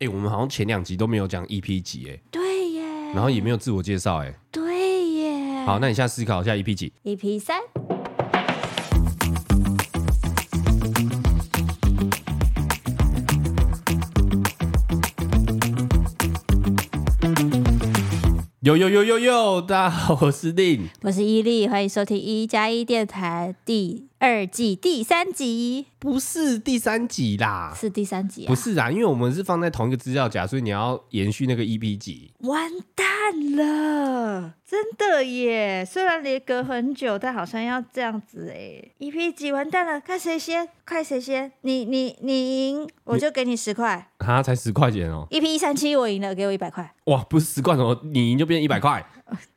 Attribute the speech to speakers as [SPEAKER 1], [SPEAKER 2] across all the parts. [SPEAKER 1] 哎、我们好像前两集都没有讲 EP 几哎，
[SPEAKER 2] 对耶，
[SPEAKER 1] 然后也没有自我介绍哎。
[SPEAKER 2] 对耶。
[SPEAKER 1] 好，那你现在思考一下 E EP 几？
[SPEAKER 2] ，EP 三，
[SPEAKER 1] 有有有有有，大家好，我是令。
[SPEAKER 2] 我是伊利，欢迎收听一加一电台第二季第三集，
[SPEAKER 1] 不是第三集啦，
[SPEAKER 2] 是第三集、啊，
[SPEAKER 1] 不是啊，因为我们是放在同一个资料夹，所以你要延续那个 E EP 几。
[SPEAKER 2] 完蛋了，真的耶！虽然离隔很久，但好像要这样子哎。EP 几完蛋了，看谁先，快谁先，你你你赢，我就给你十块。
[SPEAKER 1] 哈，才十块钱哦！
[SPEAKER 2] EP 一三七我赢了，给我一百块，
[SPEAKER 1] 哇，不是十块哦，你赢就变一百 块，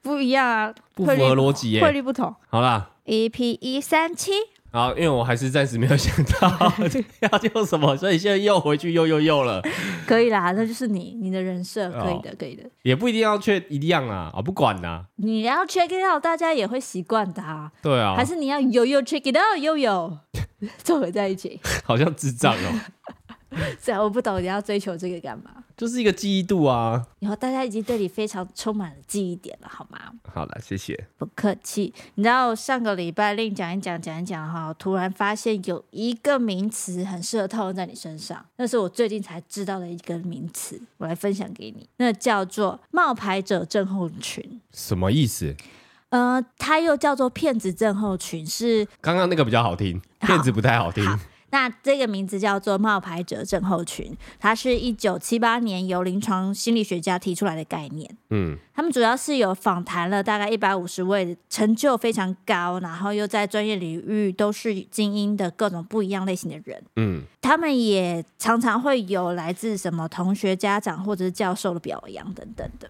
[SPEAKER 2] 不一样啊，
[SPEAKER 1] 不
[SPEAKER 2] 汇
[SPEAKER 1] 符
[SPEAKER 2] 率
[SPEAKER 1] 合逻辑
[SPEAKER 2] 汇
[SPEAKER 1] 耶。
[SPEAKER 2] 率不同。
[SPEAKER 1] 好啦，
[SPEAKER 2] EP E 一三七，
[SPEAKER 1] 好，因为我还是暂时没有想到要用什 么，所以现在又回去又又又了，
[SPEAKER 2] 可以啦，那就是你你的人设，
[SPEAKER 1] 哦
[SPEAKER 2] 可以的，可以的。
[SPEAKER 1] 也不一定要确一样啊，啊，不管啦，
[SPEAKER 2] 你要 check it out，大家也会习惯的啊。
[SPEAKER 1] 对啊
[SPEAKER 2] 还，是你要悠悠 check it out，悠悠 凑合在一起。
[SPEAKER 1] 好像智障哦，
[SPEAKER 2] 虽然我不懂你要追求这个干嘛。
[SPEAKER 1] 就是一个记忆度啊。
[SPEAKER 2] 以后大家已经对你非常充满了记忆点了，好吗？
[SPEAKER 1] 好了，谢谢。
[SPEAKER 2] 不客气。你知道上个礼拜另讲一讲讲一讲哈，突然发现有一个名词很适合套用在你身上，那是我最近才知道的一个名词，我来分享给你。那叫做冒牌者症候群，
[SPEAKER 1] 什么意思？
[SPEAKER 2] 呃，它又叫做骗子症候群，是
[SPEAKER 1] 刚刚那个比较好听，骗子不太好听。
[SPEAKER 2] 好那这个名字叫做冒牌者症候群，它是一九七八年由临床心理学家提出来的概念。
[SPEAKER 1] 嗯，
[SPEAKER 2] 他们主要是有访谈了大概一百五十位成就非常高，然后又在专业领域都是精英的各种不一样类型的人。
[SPEAKER 1] 嗯，
[SPEAKER 2] 他们也常常会有来自什么同学、家长或者是教授的表扬等等的。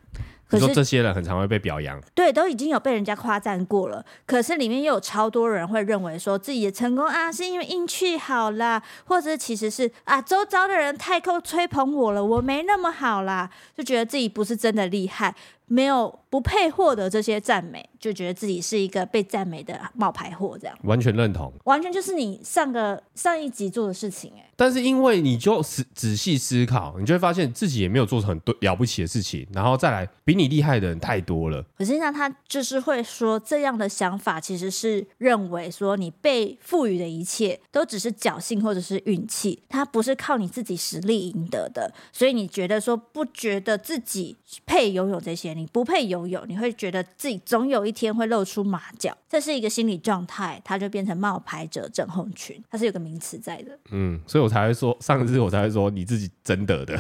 [SPEAKER 2] 可
[SPEAKER 1] 你
[SPEAKER 2] 是
[SPEAKER 1] 说这些人很常会被表扬，
[SPEAKER 2] 对，都已经有被人家夸赞过了，可是里面又有超多人会认为说自己的成功啊，是因为运气好啦，或者其实是啊，周遭的人太够吹捧我了，我没那么好啦，就觉得自己不是真的厉害，没有不配获得这些赞美，就觉得自己是一个被赞美的冒牌货，这样
[SPEAKER 1] 完全认同。
[SPEAKER 2] 完全就是你上个上一集做的事情、欸，
[SPEAKER 1] 但是因为你就仔仔细思考，你就会发现自己也没有做很多了不起的事情，然后再来比你厉害的人太多了。
[SPEAKER 2] 可是呢，他就是会说，这样的想法其实是认为说，你被赋予的一切都只是侥幸或者是运气，它不是靠你自己实力赢得的。所以你觉得说，不觉得自己配拥有这些，你不配拥有，你会觉得自己总有一天会露出马脚，这是一个心理状态，它就变成冒牌者症候群，它是有个名词在的。
[SPEAKER 1] 嗯，所以我才会说，上次我才会说你自己争得的，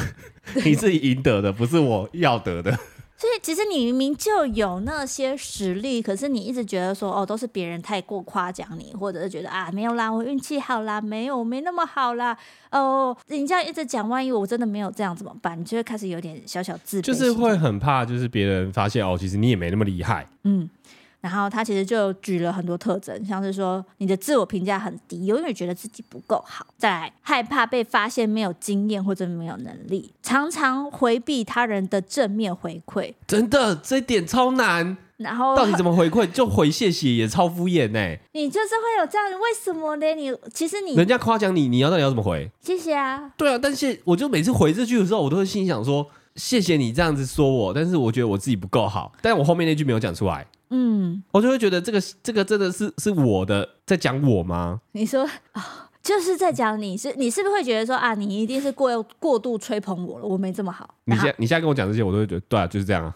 [SPEAKER 1] 你自己赢得的，不是我要得 的。
[SPEAKER 2] 所以其实你明明就有那些实力，可是你一直觉得说哦，都是别人太过夸奖你，或者是觉得啊没有啦，我运气好啦，没有我没那么好啦，哦，你这样一直讲，万一我真的没有这样怎么办？你就会开始有点小小自卑，
[SPEAKER 1] 就是会。很怕，就是别人发现哦，其实你也没那么厉害。
[SPEAKER 2] 然后他其实就举了很多特征，像是说你的自我评价很低，永远觉得自己不够好，再来害怕被发现没有经验或者没有能力，常常回避他人的正面回馈，
[SPEAKER 1] 真的，这一点超难。
[SPEAKER 2] 然后
[SPEAKER 1] 到底怎么回馈？就回谢谢也超敷衍呢、
[SPEAKER 2] 你就是会有这样，为什么呢？你其实 你
[SPEAKER 1] 人家夸奖你，你要到底要怎么回？
[SPEAKER 2] 谢谢啊，
[SPEAKER 1] 对啊，但是我就每次回这句的时候，我都会心想说：谢谢你这样子说我，但是我觉得我自己不够好。但我后面那句没有讲出来，
[SPEAKER 2] 嗯，
[SPEAKER 1] 我就会觉得这个这个真的是是我的在讲我吗？
[SPEAKER 2] 你说啊、就是在讲你是你是不是会觉得说啊，你一定是过过度吹捧我了，我没这么好。
[SPEAKER 1] 你
[SPEAKER 2] 然
[SPEAKER 1] 现
[SPEAKER 2] 后
[SPEAKER 1] 在你现在跟我讲这些，我都会觉得对啊，就是这样啊。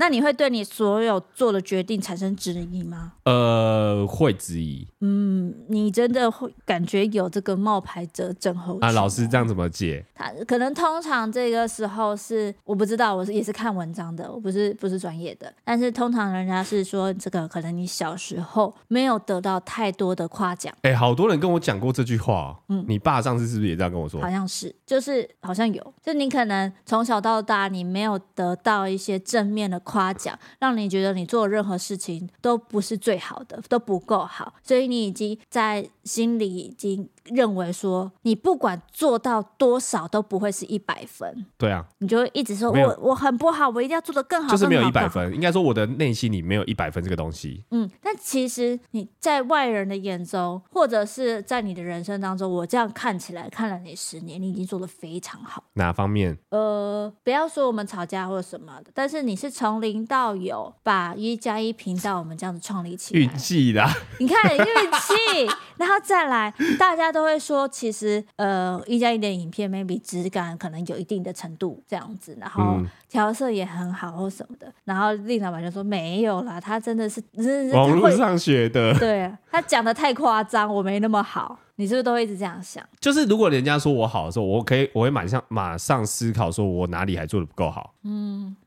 [SPEAKER 2] 那你会对你所有做的决定产生质疑吗？
[SPEAKER 1] 呃，会质疑
[SPEAKER 2] 嗯，你真的会感觉有这个冒牌者症候群
[SPEAKER 1] 啊，老
[SPEAKER 2] 吗
[SPEAKER 1] 师这样怎么解？
[SPEAKER 2] 他可能通常这个时候是我不知道，我是也是看文章的，我不是不是专业的，但是通常人家是说这个可能你小时候没有得到太多的夸奖，
[SPEAKER 1] 哎、好多人跟我讲过这句话哦、你爸上次是不是也这样跟我说？
[SPEAKER 2] 嗯好像是，就是好像有，就你可能从小到大你没有得到一些正面的夸奖，让你觉得你做任何事情都不是最好的，都不够好，所以你已经在心里已经认为说，你不管做到多少都不会是一百分，
[SPEAKER 1] 对啊，
[SPEAKER 2] 你就会一直说
[SPEAKER 1] 没有
[SPEAKER 2] 我我很不好，我一定要做得更好，
[SPEAKER 1] 就是没有
[SPEAKER 2] 更
[SPEAKER 1] 一
[SPEAKER 2] 好
[SPEAKER 1] 百。
[SPEAKER 2] 更好
[SPEAKER 1] 分。应该说我的内心里没有一百分这个东西。
[SPEAKER 2] 嗯，但其实你在外人的眼中，或者是在你的人生当中，我这样看起来看了你十年，你已经做得非常好。
[SPEAKER 1] 哪方面？
[SPEAKER 2] 呃，不要说我们吵架或者什么的，但是你是从零到有，把一加一频道我们这样子创立起
[SPEAKER 1] 运
[SPEAKER 2] 来。
[SPEAKER 1] 气啦，
[SPEAKER 2] 你看运气，然后再来，大家都会说，其实呃，一加一的影片 maybe 质感可能有一定的程度这样子，然后
[SPEAKER 1] 嗯
[SPEAKER 2] 调色也很好或什么的。然后令老板就说没有啦，他真的是，真的是
[SPEAKER 1] 网
[SPEAKER 2] 他
[SPEAKER 1] 络
[SPEAKER 2] 会，
[SPEAKER 1] 上学的，
[SPEAKER 2] 对啊他讲的太夸张，我没那么好。你是不是都会一直这样想？
[SPEAKER 1] 就是如果人家说我好的时候，我可以我会马上马上思考，说我哪里还做的不够好。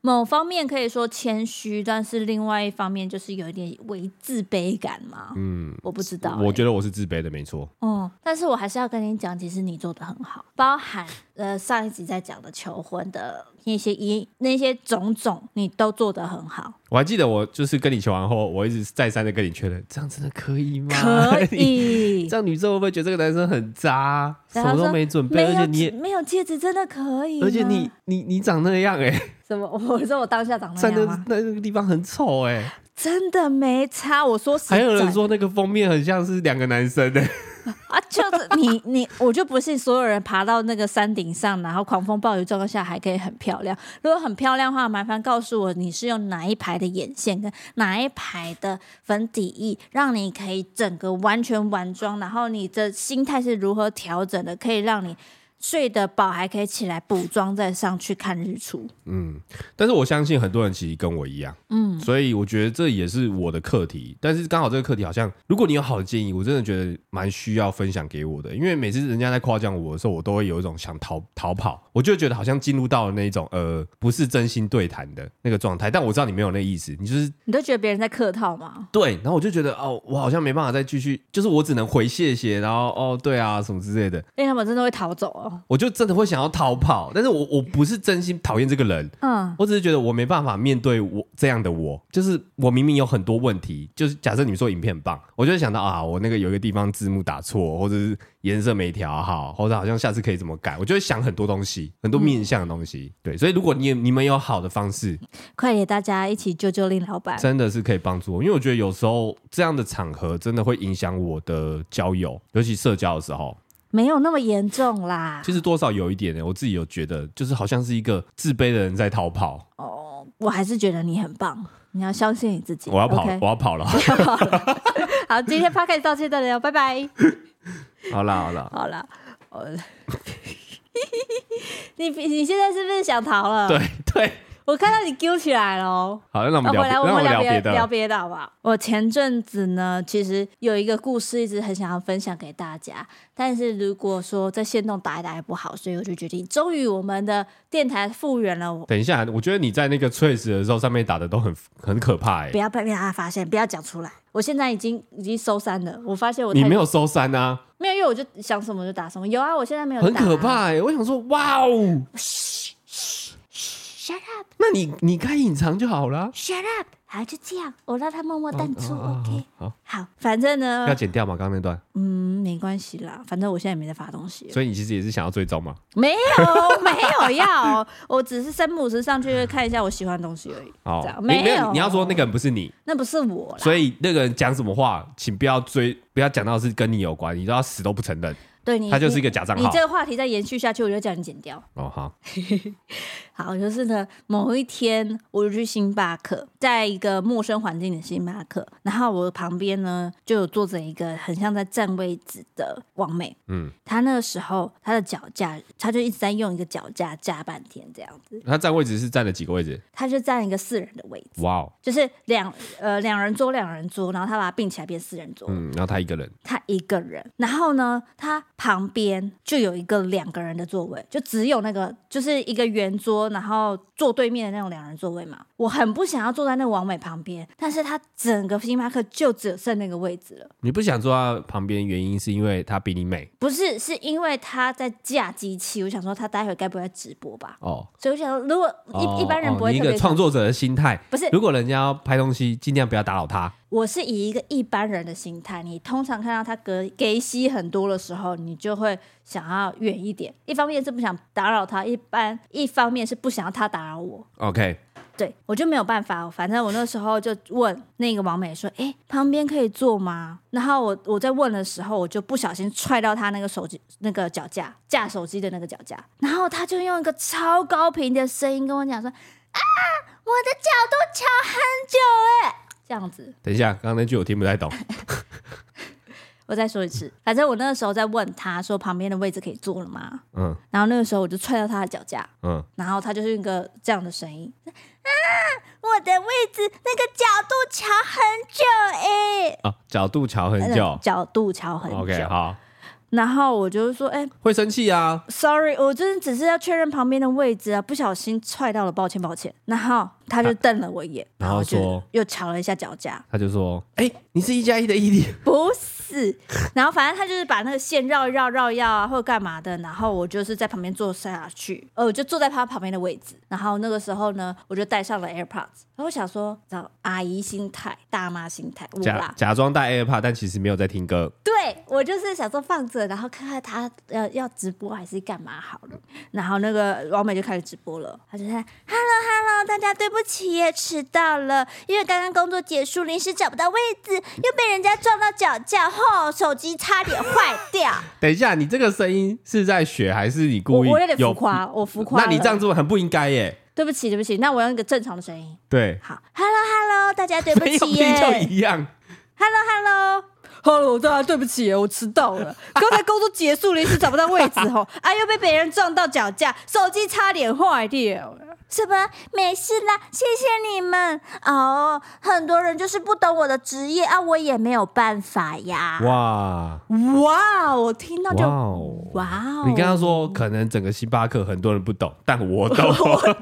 [SPEAKER 2] 某方面可以说谦虚，但是另外一方面就是有一点为自卑感嘛。嗯，我不知道欸、
[SPEAKER 1] 我觉得我是自卑的，没错。
[SPEAKER 2] 哦，但是我还是要跟你讲，其实你做的很好，包含呃上一集在讲的求婚的那些一那些种种，你都做得很好，
[SPEAKER 1] 我还记得我就是跟你求完后，我一直再三的跟你确认，这样真的可以吗？
[SPEAKER 2] 可 以
[SPEAKER 1] 这。样女生会不会觉得这个男生很渣、什
[SPEAKER 2] 然后
[SPEAKER 1] 么
[SPEAKER 2] 说
[SPEAKER 1] 都没准备，而
[SPEAKER 2] 没
[SPEAKER 1] 且
[SPEAKER 2] 有
[SPEAKER 1] 你也，
[SPEAKER 2] 没有戒指真的可以吗，
[SPEAKER 1] 而且你你你长那样哎、欸，
[SPEAKER 2] 什么？ 我说我当下长那
[SPEAKER 1] 站的
[SPEAKER 2] 样吗？
[SPEAKER 1] 那那个地方很丑哎、
[SPEAKER 2] 真的没差。我说实在
[SPEAKER 1] 还
[SPEAKER 2] 的
[SPEAKER 1] 有人说那个封面很像是两个男生哎、
[SPEAKER 2] 啊，就是你 你，我就不信所有人爬到那个山顶上，然后狂风暴雨状况下还可以很漂亮。如果很漂亮的话，麻烦告诉我你是用哪一排的眼线跟哪一排的粉底液，让你可以整个完全完妆，然后你的心态是如何调整的，可以让你睡得饱，还可以起来补妆再上去看日出。
[SPEAKER 1] 嗯，但是我相信很多人其实跟我一样，嗯，所以我觉得这也是我的课题。但是刚好这个课题好像，如果你有好的建议，我真的觉得蛮需要分享给我的，因为每次人家在夸奖我的时候，我都会有一种想逃逃跑，我就觉得好像进入到了那一种呃不是真心对谈的那个状态。但我知道你没有那意思，你就是
[SPEAKER 2] 你都觉得别人在客套吗？
[SPEAKER 1] 对，然后我就觉得哦，我好像没办法再继续，就是我只能回谢谢，然后哦对啊什么之类的，
[SPEAKER 2] 因为他们真的会逃走哦。
[SPEAKER 1] 我就真的会想要逃跑，但是我我不是真心讨厌这个人，
[SPEAKER 2] 嗯，
[SPEAKER 1] 我只是觉得我没办法面对我这样的我，就是我明明有很多问题，就是假设你们说影片很棒，我就会想到啊，我那个有一个地方字幕打错，或者是颜色没调好，或者好像下次可以怎么改，我就会想很多东西，很多面向的东西。对，所以如果你也你们有好的方式，
[SPEAKER 2] 快点，大家一起救救令老板。
[SPEAKER 1] 真的是可以帮助我，因为我觉得有时候这样的场合真的会影响我的交友，尤其社交的时候，
[SPEAKER 2] 没有那么严重啦。
[SPEAKER 1] 其实多少有一点呢、欸我自己有觉得，就是好像是一个自卑的人在逃跑，
[SPEAKER 2] 哦，我还是觉得你很棒，你要相信你自己。
[SPEAKER 1] 我要跑
[SPEAKER 2] OK
[SPEAKER 1] 我要跑了。
[SPEAKER 2] 好，今天 p o d c a s 到这里了，拜 拜。
[SPEAKER 1] 好啦 好啦，
[SPEAKER 2] 好了，我你你现在是不是想逃了？
[SPEAKER 1] 对，对。
[SPEAKER 2] 我看到你揪起来了哦。
[SPEAKER 1] 好，那我们
[SPEAKER 2] 啊
[SPEAKER 1] 聊，
[SPEAKER 2] 回来
[SPEAKER 1] 那
[SPEAKER 2] 我们
[SPEAKER 1] 聊
[SPEAKER 2] 聊
[SPEAKER 1] 别
[SPEAKER 2] 别
[SPEAKER 1] 的。
[SPEAKER 2] 聊别的好不好？我前阵子呢，其实有一个故事一直很想要分享给大家，但是如果说在线动打一打也不好，所以我就决定，终于我们的电台复原了，我
[SPEAKER 1] 等一下，我觉得你在那个 trace 的时候上面打的都很很可怕哎、
[SPEAKER 2] 不要被大家发现，不要讲出来。我现在已经已经收山了，我发现我
[SPEAKER 1] 你
[SPEAKER 2] 太
[SPEAKER 1] 没有收山啊，
[SPEAKER 2] 没有，因为我就想什么就打什么。有啊，我现在没有、打啊
[SPEAKER 1] 很可怕哎、我想说，哇哦，
[SPEAKER 2] Shut up,
[SPEAKER 1] 那你你该隐藏就好啦。
[SPEAKER 2] shut up，好，就这样，我让他默默淡出。
[SPEAKER 1] 哦
[SPEAKER 2] OK，
[SPEAKER 1] 好好，
[SPEAKER 2] 好，反正
[SPEAKER 1] 要
[SPEAKER 2] 呢，
[SPEAKER 1] 剪掉嘛，刚刚那段。
[SPEAKER 2] 嗯，没关系啦，反正我现在也没在发东西了。
[SPEAKER 1] 所以你其实也是想要追踪嘛？
[SPEAKER 2] 没有，没有要，我只是三不五时上去看一下我喜欢的东西而已。
[SPEAKER 1] 好
[SPEAKER 2] 这，样
[SPEAKER 1] 你
[SPEAKER 2] 没
[SPEAKER 1] 有，你要说那
[SPEAKER 2] 个，
[SPEAKER 1] 个人不是你，
[SPEAKER 2] 那不是我啦。
[SPEAKER 1] 所以那个人讲什么话，请不要追，不要讲到是跟你有关，你都要死都不承认。
[SPEAKER 2] 对你，
[SPEAKER 1] 他就是
[SPEAKER 2] 你
[SPEAKER 1] 一个假账
[SPEAKER 2] 你
[SPEAKER 1] 号
[SPEAKER 2] 这个话题再延续下去，我就叫你剪掉。
[SPEAKER 1] 哦，好，
[SPEAKER 2] 好，就是呢，某一天我就去星巴克，在一个陌生环境的星巴克，然后我旁边呢就有坐着一个很像在占位置的王美，
[SPEAKER 1] 嗯，
[SPEAKER 2] 她那个时候她的脚架，她就一直在用一个脚架架半天这样子，
[SPEAKER 1] 他占位置是占了几个位置？
[SPEAKER 2] 她就占一个四人的位置，
[SPEAKER 1] 哇哦，
[SPEAKER 2] 就是两呃两人桌两人桌，然后她把它并起来变四人桌，
[SPEAKER 1] 嗯，然后他一个人，
[SPEAKER 2] 他一个人，然后呢，他旁边就有一个两个人的座位，就只有那个就是一个圆桌，然后坐对面的那种两人座位嘛。我很不想要坐在那个王美旁边，但是他整个星巴克就只剩那个位置了。
[SPEAKER 1] 你不想坐他旁边，原因是因为他比你美
[SPEAKER 2] 不是，是因为他在架机器，我想说他待会该不会直播吧？
[SPEAKER 1] 哦。
[SPEAKER 2] 所以我想说，如果一、
[SPEAKER 1] 哦
[SPEAKER 2] 一般人不
[SPEAKER 1] 哦
[SPEAKER 2] 会
[SPEAKER 1] 你一
[SPEAKER 2] 特别
[SPEAKER 1] 个
[SPEAKER 2] 想、
[SPEAKER 1] 创作者的心态，
[SPEAKER 2] 不是
[SPEAKER 1] 如果人家要拍东西，尽量不要打扰他。
[SPEAKER 2] 我是以一个一般人的心态，你通常看到他隔给息很多的时候，你就会想要远一点。一方面是不想打扰他，一般一方面是不想要他打扰我。
[SPEAKER 1] OK，
[SPEAKER 2] 对我就没有办法，反正我那时候就问那个王美说：“哎，旁边可以坐吗？”然后我我在问的时候，我就不小心踹到他那个手机那个脚架架手机的那个脚架，然后他就用一个超高频的声音跟我讲说：“啊，我的脚都翘很久哎、这样子。
[SPEAKER 1] 等一下，刚刚那句我听不太 懂。
[SPEAKER 2] 我再说一次，反正我那个时候在问他说旁边的位置可以坐了吗？
[SPEAKER 1] 嗯
[SPEAKER 2] 然后那个时候我就踹到他的脚架，
[SPEAKER 1] 嗯，
[SPEAKER 2] 然后他就是一个这样的声音啊，我的位置那个角度调很久诶、
[SPEAKER 1] 啊，角度瞧很
[SPEAKER 2] 那
[SPEAKER 1] 久
[SPEAKER 2] 个。角度调呃很久。
[SPEAKER 1] OK，好，
[SPEAKER 2] 然后我就说，哎、
[SPEAKER 1] 会生气啊。
[SPEAKER 2] s o r r y 我真的只是要确认旁边的位置啊，不小心踹到了，抱歉抱歉。然后他就瞪了我一眼，
[SPEAKER 1] 然后
[SPEAKER 2] 就
[SPEAKER 1] 说
[SPEAKER 2] 又瞧了一下脚架，
[SPEAKER 1] 他就说：“哎、你是一加一的异地。
[SPEAKER 2] 不是，然后反正他就是把那个线绕一绕、绕一绕啊，或者干嘛的。然后我就是在旁边坐下去，呃，我就坐在他旁边的位置。然后那个时候呢，我就戴上了 AirPods。然后我想说，你知道阿姨心态、大妈心态，我
[SPEAKER 1] 假
[SPEAKER 2] 啦，
[SPEAKER 1] 假装戴 AirPod，但其实没有在听歌。
[SPEAKER 2] 对我就是想说放着，然后看看他呃要直播还是干嘛好了。然后那个王美就开始直播了，她就在 Hello Hello，大家对不起也迟到了，因为刚刚工作结束，临时找不到位置，又被人家撞到脚架，后手机差点坏 掉。
[SPEAKER 1] 等一下，你这个声音是在学还是你
[SPEAKER 2] 我
[SPEAKER 1] 故意？
[SPEAKER 2] 我有点浮
[SPEAKER 1] 有
[SPEAKER 2] 夸，我浮夸了。
[SPEAKER 1] 那你这样做很不应该耶。
[SPEAKER 2] 对不起对不起，那我用一个正常的声音。
[SPEAKER 1] 对，
[SPEAKER 2] 好，Hello Hello，大家对 不
[SPEAKER 1] 没有
[SPEAKER 2] 起
[SPEAKER 1] 听
[SPEAKER 2] 耶
[SPEAKER 1] 就一样。
[SPEAKER 2] ，Hello Hello。Hello，大家对不起，我迟到了。 刚才工作结束，临时找不到位置 吼，啊，又被别人撞到脚架，手机差点坏掉。什么？没事啦，谢谢你们哦。很多人就是不懂我的职业啊，我也没有办法呀。
[SPEAKER 1] 哇
[SPEAKER 2] 哇，我听到就
[SPEAKER 1] 哇哦！
[SPEAKER 2] 哇哦！
[SPEAKER 1] 你刚刚说可能整个星巴克很多人不懂，但我懂， 我
[SPEAKER 2] 我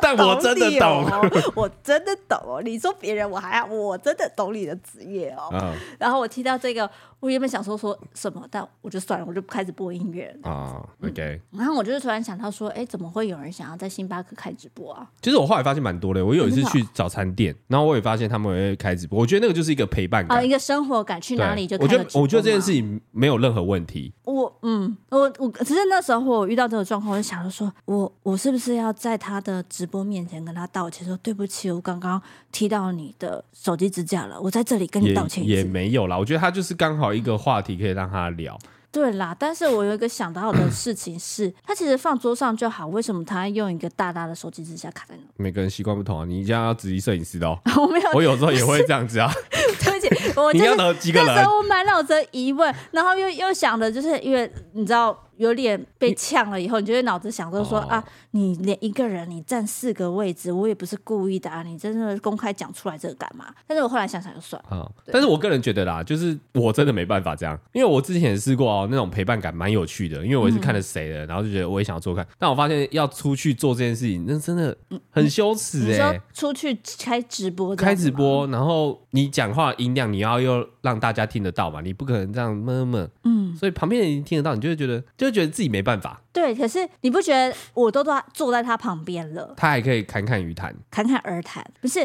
[SPEAKER 1] 但我真的
[SPEAKER 2] 你
[SPEAKER 1] 懂。
[SPEAKER 2] 哦， 我真的懂哦。你说别人我还要，我真的懂你的职业哦。
[SPEAKER 1] 啊
[SPEAKER 2] 然后我听到这个，我原本想说说什么，但我就算了，我就开始播音乐了。
[SPEAKER 1] 啊，OK。
[SPEAKER 2] 然后我就是突然想到说，哎，怎么会有人想要在星巴克开直播啊？
[SPEAKER 1] 其实我后来发现蛮多的，我有一次
[SPEAKER 2] 真的
[SPEAKER 1] 去早餐店，然后我也发现他们也会开直播，我觉得那个就是一个陪伴
[SPEAKER 2] 啊，
[SPEAKER 1] 感
[SPEAKER 2] 嗯一。个生活感，去
[SPEAKER 1] 对
[SPEAKER 2] 哪里就
[SPEAKER 1] 我
[SPEAKER 2] 开
[SPEAKER 1] 觉
[SPEAKER 2] 个
[SPEAKER 1] 得
[SPEAKER 2] 直播
[SPEAKER 1] 我觉得这件
[SPEAKER 2] 嘛
[SPEAKER 1] 事情没有任何问题。
[SPEAKER 2] 我嗯，我我只是那时候我遇到这个状况，我就想着说，我我是不是要在他的直播面前跟他道歉，说对不起，我刚刚踢到你的手机支架了，我在这里跟你
[SPEAKER 1] 也
[SPEAKER 2] 道歉一
[SPEAKER 1] 也
[SPEAKER 2] 次。
[SPEAKER 1] 没有啦，我觉得他就是刚好一个话题可以让他聊，
[SPEAKER 2] 嗯对啦，但是我有一个想到的事情是，他其实放桌上就好，为什么他用一个大大的手机支架卡在那？
[SPEAKER 1] 每个人习惯不同啊。你这样要质疑摄影师的哦，
[SPEAKER 2] 我没有，
[SPEAKER 1] 我有时候也会这样子啊。
[SPEAKER 2] 对不起， 我
[SPEAKER 1] 你
[SPEAKER 2] 就
[SPEAKER 1] 要
[SPEAKER 2] 是
[SPEAKER 1] 等几个
[SPEAKER 2] 那时
[SPEAKER 1] 人？
[SPEAKER 2] 候我满脑子的疑问，然后又又想的就是因为你知道有点被呛了以后，你就会脑子想着说、
[SPEAKER 1] 哦
[SPEAKER 2] 啊，你连一个人你占四个位置，我也不是故意的啊，你真的公开讲出来这个干嘛？但是我后来想想就算了，
[SPEAKER 1] 啊、但是我个人觉得啦，就是我真的没办法这样，因为我之前也试过哦，那种陪伴感蛮有趣的，因为我也是看了谁的，然后就觉得我也想要做看，但我发现要出去做这件事情，那真的很羞耻
[SPEAKER 2] 嗯你
[SPEAKER 1] 哎、
[SPEAKER 2] 说嗯出去开直播，
[SPEAKER 1] 开直。播，然后你讲话音量你要又让大家听得到嘛，你不可能这样闷闷，嗯，所以旁边人听得到，你就会觉得就会觉得自己没办法，
[SPEAKER 2] 对，可是你不觉得我都坐坐在他旁边了，
[SPEAKER 1] 他还可以侃侃于谈，
[SPEAKER 2] 侃侃而谈，不是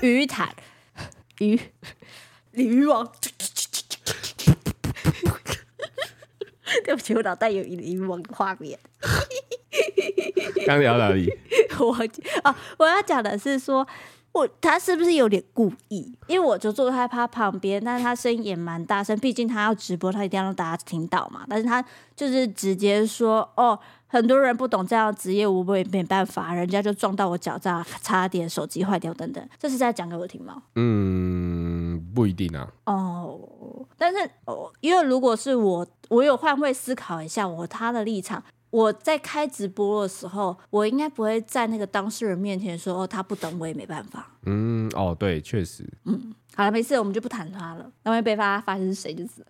[SPEAKER 2] 鱼谈鱼，鲤鱼王。 对不起，我脑袋有鲤鱼王的画面。
[SPEAKER 1] 刚聊到 你，
[SPEAKER 2] 我啊，我要讲的是说，我他是不是有点故意？因为我就坐在他旁边，但是他声音也蛮大声，毕竟他要直播，他一定要让大家听到嘛。但是他就是直接说：“哦，很多人不懂这样的职业，我也没办法，人家就撞到我脚架，差点手机坏掉等等。”这是在讲给我听吗？
[SPEAKER 1] 嗯，不一定啊，
[SPEAKER 2] 哦，但是哦，因为如果是我，我有换位思考一下我他的立场。我在开直播的时候，我应该不会在那个当事人面前说哦，他不懂，我也没办法。
[SPEAKER 1] 嗯，哦，对，确实，
[SPEAKER 2] 好了，没 事，我们就不谈他了，那万一被发发现是谁就死了。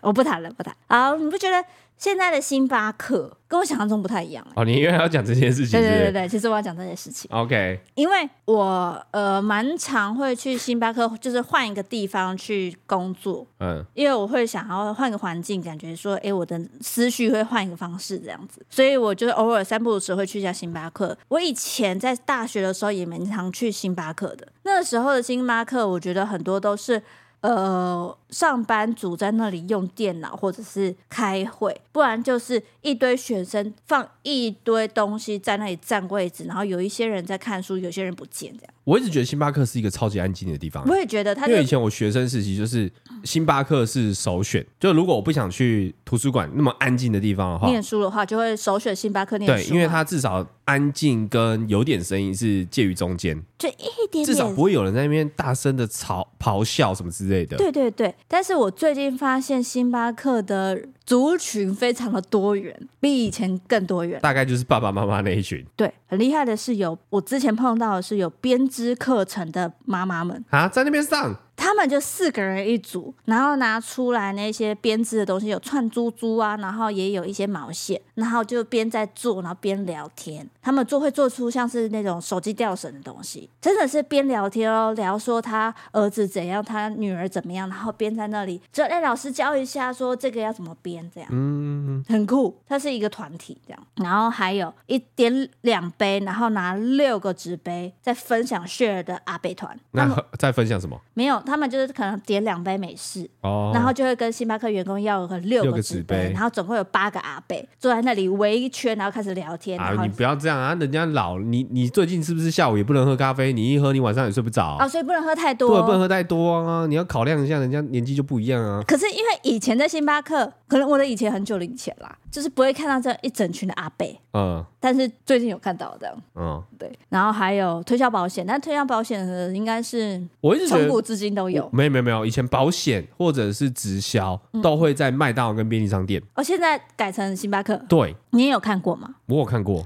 [SPEAKER 2] 我不谈了，不谈。好，你不觉得现在的星巴克跟我想象中不太一样、欸。
[SPEAKER 1] 哦，你因为要讲这件事情
[SPEAKER 2] 对
[SPEAKER 1] 是不是，
[SPEAKER 2] 对对对，其实我要讲这些事情，
[SPEAKER 1] OK，
[SPEAKER 2] 因为我呃蛮常会去星巴克，就是换一个地方去工作，
[SPEAKER 1] 嗯，
[SPEAKER 2] 因为我会想要换个环境，感觉说，哎，我的思绪会换一个方式这样子，所以我就偶尔三不五时会去一下星巴克。我以前在大学的时候也蛮常去星巴克的，那时候的星巴克，我觉得很多都是。呃，上班族在那里用电脑或者是开会，不然就是一堆学生放一堆东西在那里占位置，然后有一些人在看书，有些人不见这样。
[SPEAKER 1] 我一直觉得星巴克是一个超级安静的地方，啊
[SPEAKER 2] 我也觉得他
[SPEAKER 1] 因
[SPEAKER 2] 就
[SPEAKER 1] 为以前我学生时期就是星巴克是首选，就如果我不想去图书馆那么安静的地方的话，
[SPEAKER 2] 念书的话，就会首选星巴克念
[SPEAKER 1] 对，
[SPEAKER 2] 书嘛，
[SPEAKER 1] 因为它至少安静跟有点声音是介于中间，
[SPEAKER 2] 就一点点
[SPEAKER 1] 至少不会有人在那边大声的吵咆哮什么之类的。
[SPEAKER 2] 对对对，但是我最近发现星巴克的族群非常的多元，比以前更多元。
[SPEAKER 1] 大概就是爸爸妈妈那一群
[SPEAKER 2] 对，很厉害的是有我之前碰到的是有编织课程的妈妈们，
[SPEAKER 1] 啊，在那边上
[SPEAKER 2] 他们就四个人一组，然后拿出来那些编织的东西，有串珠珠啊，然后也有一些毛线，然后就边在做，然后边聊天。他们做会做出像是那种手机吊绳的东西，真的是边聊天哦，聊说他儿子怎样，他女儿怎么样，然后边在那里，就哎、老师教一下，说这个要怎么编，这样，嗯，很酷。它是一个团体这样，然后还有一点两杯，然后拿六个纸杯在分享 share 的阿贝团，
[SPEAKER 1] 那 在分享什么？
[SPEAKER 2] 没有，他们就是可能点两杯美式，
[SPEAKER 1] 哦，
[SPEAKER 2] 然后就会跟星巴克员工要个六
[SPEAKER 1] 六
[SPEAKER 2] 个
[SPEAKER 1] 个
[SPEAKER 2] 纸
[SPEAKER 1] 纸
[SPEAKER 2] 杯，
[SPEAKER 1] 杯
[SPEAKER 2] 然后总共有八个阿贝坐在那里围一圈，然后开始聊天。然
[SPEAKER 1] 啊，
[SPEAKER 2] 后
[SPEAKER 1] 你不要这样啊！人家老你你最近是不是下午也不能喝咖啡？你一喝你晚上也睡不着，
[SPEAKER 2] 哦，所以不能喝太
[SPEAKER 1] 对，啊不能
[SPEAKER 2] 多。
[SPEAKER 1] 喝太多啊！你要考量一下，人家年纪就不一样啊。
[SPEAKER 2] 可是因为以前在星巴克，可能我的以前很久了以前啦，就是不会看到这一整群的阿贝，
[SPEAKER 1] 嗯
[SPEAKER 2] 但是最近有看到这样。
[SPEAKER 1] 嗯，
[SPEAKER 2] 对，然后还有推销保险，但推销保险的应该是
[SPEAKER 1] 我一直觉
[SPEAKER 2] 从
[SPEAKER 1] 得嗯
[SPEAKER 2] 古至今都有。
[SPEAKER 1] 没有没有没有，以前保险或者是直销都会在麦当劳跟便利商店。
[SPEAKER 2] 哦，现在改成星巴克，
[SPEAKER 1] 对，
[SPEAKER 2] 你也有看过吗？
[SPEAKER 1] 我有看过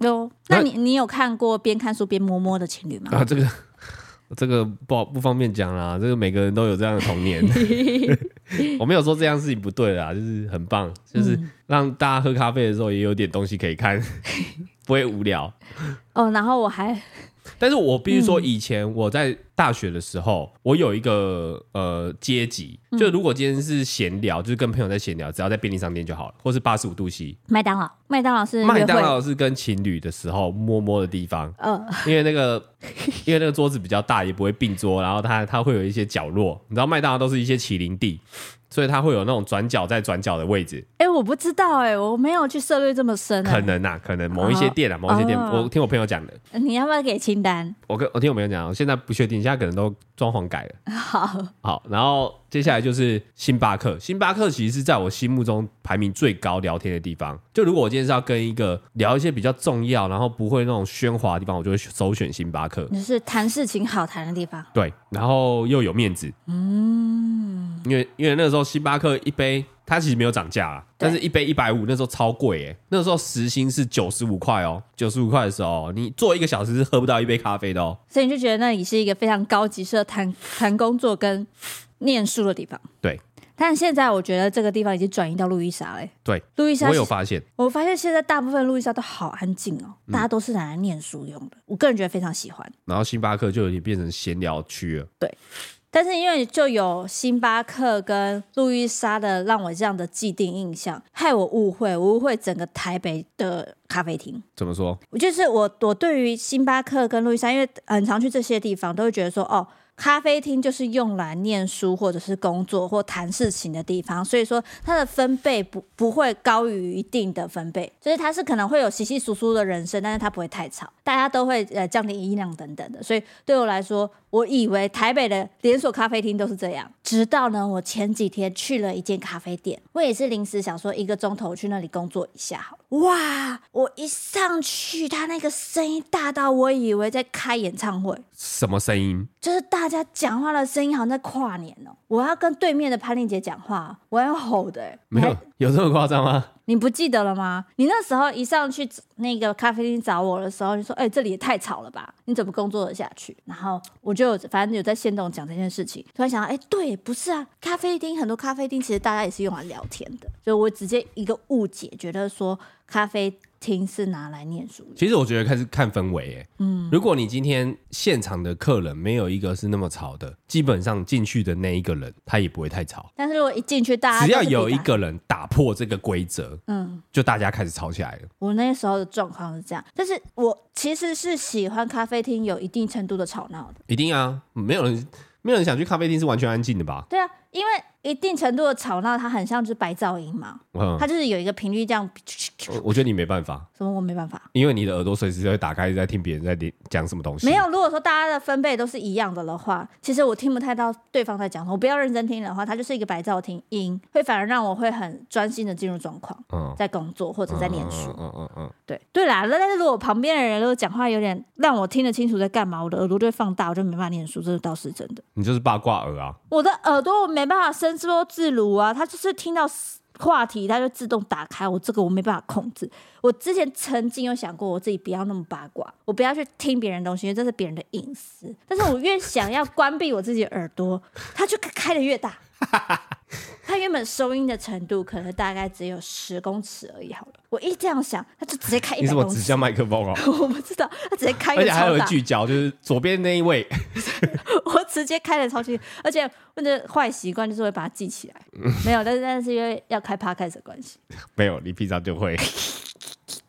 [SPEAKER 2] 有。那你你有看过边看书边摸摸的情侣吗？
[SPEAKER 1] 啊，这个 这个不好不方便讲啦，这个每个人都有这样的童年。我没有说这样事情不对啦，就是很棒，就是让大家喝咖啡的时候也有点东西可以看，不会无聊。
[SPEAKER 2] 哦，然后我还
[SPEAKER 1] 但是我必须
[SPEAKER 2] 嗯
[SPEAKER 1] 说，以前我在大学的时候，我有一个呃阶级，
[SPEAKER 2] 嗯
[SPEAKER 1] 就如果今天是闲聊，就是跟朋友在闲聊，只要在便利商店就好了，或是八十五度 C。
[SPEAKER 2] 麦当劳，麦当劳是
[SPEAKER 1] 麦
[SPEAKER 2] 约
[SPEAKER 1] 当
[SPEAKER 2] 会，
[SPEAKER 1] 劳是跟情侣的时候摸摸的地 方，
[SPEAKER 2] 呃，
[SPEAKER 1] 因为那个因为那个桌子比较大，也不会并桌，然后它它会有一些角落，你知道麦当劳都是一些麒麟地，所以它会有那种转角再转角的位置，
[SPEAKER 2] 哎，我不知道哎，我没有去涉猎这么深
[SPEAKER 1] 可
[SPEAKER 2] 啊。
[SPEAKER 1] 能啊，可能某一些店啊，某一些店，
[SPEAKER 2] 哦
[SPEAKER 1] 我听我朋友讲的，
[SPEAKER 2] 你要不要给清单？
[SPEAKER 1] 我跟我听我朋友讲，我现在不确定，现在可能都装潢改了。
[SPEAKER 2] 好，
[SPEAKER 1] 好，然后接下来就是星巴克。星巴克其实是在我心目中排名最高聊天的地方。就如果我今天是要跟一个聊一些比较重要，然后不会那种喧哗的地方，我就会首选星巴克。
[SPEAKER 2] 就是谈事情好谈的地方。
[SPEAKER 1] 对，然后又有面子，嗯，因为因为那时候星巴克一杯，它其实没有涨价啦，
[SPEAKER 2] 对
[SPEAKER 1] 但是一杯一百五，那时候超贵耶，那时候时薪是九十五块哦，九十五块的时候，你坐一个小时是喝不到一杯咖啡的哦。
[SPEAKER 2] 所以你就觉得那里是一个非常高级、适合谈谈工作跟念书的地方。
[SPEAKER 1] 对
[SPEAKER 2] 但现在我觉得这个地方已经转移到路易莎了。
[SPEAKER 1] 对，
[SPEAKER 2] 路易莎
[SPEAKER 1] 我有
[SPEAKER 2] 是
[SPEAKER 1] 发现，
[SPEAKER 2] 我发现现在大部分路易莎都好安静哦，
[SPEAKER 1] 嗯
[SPEAKER 2] 大家都是拿来念书用的。我个人觉得非常喜欢。
[SPEAKER 1] 然后星巴克就有点变成闲聊区了。
[SPEAKER 2] 但是因为就有星巴克跟路易莎的让我这样的既定印象，害我误会，我误会整个台北的咖啡厅。
[SPEAKER 1] 怎么说？
[SPEAKER 2] 我就是我，我对于星巴克跟路易莎，因为很常去这些地方，都会觉得说，哦，咖啡厅就是用来念书或者是工作或谈事情的地方，所以说它的分贝不不会高于一定的分贝，就是它是可能会有稀稀疏疏的人声，但是它不会太吵，大家都会呃降低音量等等的，所以对我来说，我以为台北的连锁咖啡厅都是这样，直到呢我前几天去了一间咖啡店，我也是临时想说一个钟头去那里工作一下好了，哇，我一上去，他那个声音大到我以为在开演唱会。
[SPEAKER 1] 什么声音？
[SPEAKER 2] 就是大家讲话的声音好像在跨年哦、我要跟对面的潘丽姐讲话，我要用吼的、欸。
[SPEAKER 1] 没
[SPEAKER 2] 你
[SPEAKER 1] 有
[SPEAKER 2] 还，
[SPEAKER 1] 有这么夸张吗？
[SPEAKER 2] 你不记得了吗？你那时候一上去那个咖啡厅找我的时候，你说：“哎、这里也太吵了吧，你怎么工作得下去？”然后我就有反正有在线动讲这件事情，突然想到：“哎、对，不是啊，咖啡厅很多咖啡厅其实大家也是用来聊天的。”就我直接一个误解，觉得说咖啡厅是拿来念书的。
[SPEAKER 1] 其实我觉得开始看氛围、欸，嗯，如果你今天现场的客人没有一个是那么吵的，基本上进去的那一个人他也不会太吵。
[SPEAKER 2] 但是如果一进去，大家
[SPEAKER 1] 只要
[SPEAKER 2] 啊都是比
[SPEAKER 1] 有一
[SPEAKER 2] 大
[SPEAKER 1] 个人打破这个规则，
[SPEAKER 2] 嗯，
[SPEAKER 1] 就大家开始吵起来了。
[SPEAKER 2] 我那时候的状况是这样，但是我其实是喜欢咖啡厅有一定程度的吵闹的。
[SPEAKER 1] 一定啊，没有人没有人想去咖啡厅是完全安静的吧？
[SPEAKER 2] 对啊，因为一定程度的吵闹，它很像就是白噪音嘛，
[SPEAKER 1] 嗯，哦
[SPEAKER 2] 它就是有一个频率这样，
[SPEAKER 1] 我我觉得你没办法，
[SPEAKER 2] 什么我没办法。
[SPEAKER 1] 因为你的耳朵随时会打开，在听别人在讲什么东西。
[SPEAKER 2] 没有，如果说大家的分贝都是一样的的话，其实我听不太到对方在讲什么。我不要认真听的话，它就是一个白噪听音，会反而让我会很专心的进入状况，
[SPEAKER 1] 嗯，
[SPEAKER 2] 在工作或者在念书。
[SPEAKER 1] 嗯嗯嗯
[SPEAKER 2] 对对啦，那但是如果旁边的人如果讲话有点让我听得清楚在干嘛，我的耳朵就会放大，我就没办法念书，这倒是真的。
[SPEAKER 1] 你就是八卦耳啊，
[SPEAKER 2] 我的耳朵我没办法伸缩自如啊，它就是听到话题它就自动打开，我这个我没办法控制。我之前曾经有想过，我自己不要那么八卦，我不要去听别人的东西，因为这是别人的隐私。但是我越想要关闭我自己的耳朵，它就开的越大。它原本收音的程度可能大概只有十公尺而已，好了，我一这样想，它就直接开一
[SPEAKER 1] 你
[SPEAKER 2] 百
[SPEAKER 1] 怎么
[SPEAKER 2] 公
[SPEAKER 1] 指
[SPEAKER 2] 尺
[SPEAKER 1] 向。麦克风哦？
[SPEAKER 2] 我不知道，它直接开
[SPEAKER 1] 而
[SPEAKER 2] 的
[SPEAKER 1] 且还
[SPEAKER 2] 超
[SPEAKER 1] 有
[SPEAKER 2] 大，
[SPEAKER 1] 聚焦，就是左边那一位，
[SPEAKER 2] 我直接开的超级，而且我的坏习惯就是会把它记起来，没有，但是但是因为要开 podcast 的关系，
[SPEAKER 1] 没有，你平常就会。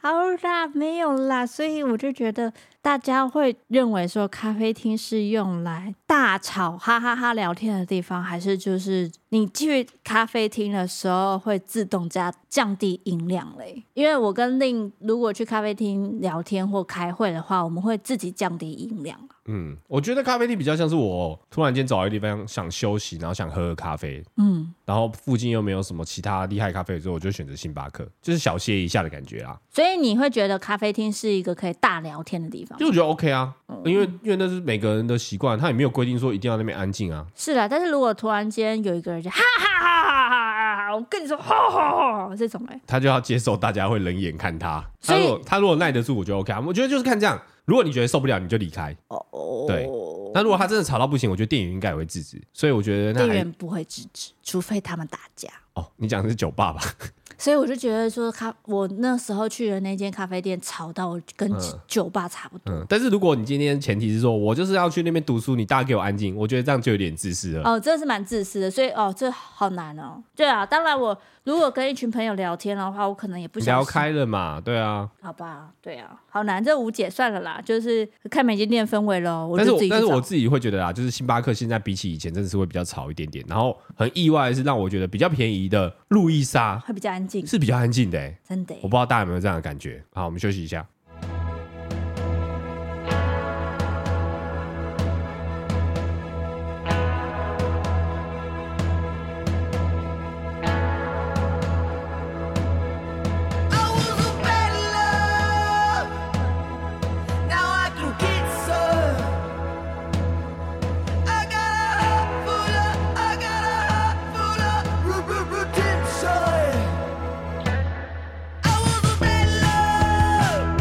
[SPEAKER 2] 好啦，没有啦，所以我就觉得大家会认为说咖啡厅是用来大吵哈哈哈聊天的地方，还是就是你去咖啡厅的时候会自动加降低音量嘞？因为我跟令如果去咖啡厅聊天或开会的话，我们会自己降低音量。啊
[SPEAKER 1] 嗯，我觉得咖啡厅比较像是我突然间找一个地方想休息，然后想喝个咖啡，
[SPEAKER 2] 嗯，
[SPEAKER 1] 然后附近又没有什么其他厉害咖啡，所以我就选择星巴克，就是小歇一下的感觉啦。
[SPEAKER 2] 所以你会觉得咖啡厅是一个可以大聊天的地方
[SPEAKER 1] 就。我觉得 OK 啊，
[SPEAKER 2] 嗯
[SPEAKER 1] 因为因为那是每个人的习惯，他也没有规定说一定要那边安静啊。
[SPEAKER 2] 是啦，但是如果突然间有一个人就哈哈哈哈哈哈，我跟你说，哈哈哈哈这种哎、
[SPEAKER 1] 他就要接受大家会冷眼看他。
[SPEAKER 2] 所
[SPEAKER 1] 他
[SPEAKER 2] 以
[SPEAKER 1] 如果他如果耐得住，我就 OK 啊。我觉得就是看这样，如果你觉得受不了，你就离开。
[SPEAKER 2] 哦，
[SPEAKER 1] 对那如果他真的吵到不行，我觉得店员应该也会制止。所以我觉得那
[SPEAKER 2] 店
[SPEAKER 1] 还
[SPEAKER 2] 员不会制止，除非他们打架。
[SPEAKER 1] 哦，你讲的是酒吧 吧？
[SPEAKER 2] 所以我就觉得说咖，我那时候去的那间咖啡店吵到我跟
[SPEAKER 1] 嗯
[SPEAKER 2] 酒吧差不多。
[SPEAKER 1] 嗯，但是如果你今天前提是说我就是要去那边读书，你大家给我安静，我觉得这样就有点自私了。
[SPEAKER 2] 哦，这是蛮自私的，所以哦，这好难哦。对啊，当然我如果跟一群朋友聊天的话，我可能也不想
[SPEAKER 1] 聊开了嘛，对啊。
[SPEAKER 2] 好吧，对啊，好难，这无解，算了啦，就是看每间店氛围咯。我
[SPEAKER 1] 但是
[SPEAKER 2] 就
[SPEAKER 1] 我
[SPEAKER 2] 自己去
[SPEAKER 1] 但是我
[SPEAKER 2] 找。
[SPEAKER 1] 自己会觉得啦，就是星巴克现在比起以前真的是会比较吵一点点。然后很意外的是，让我觉得比较便宜的路易莎
[SPEAKER 2] 会比较安静，
[SPEAKER 1] 是比较安静的、欸。
[SPEAKER 2] 真的耶。
[SPEAKER 1] 我不知道大家有没有这样的感觉。好，我们休息一下。
[SPEAKER 3] I was a bad love. Now I can get served. I got a heart full of, I got a heart full of redemption. I was a bad love.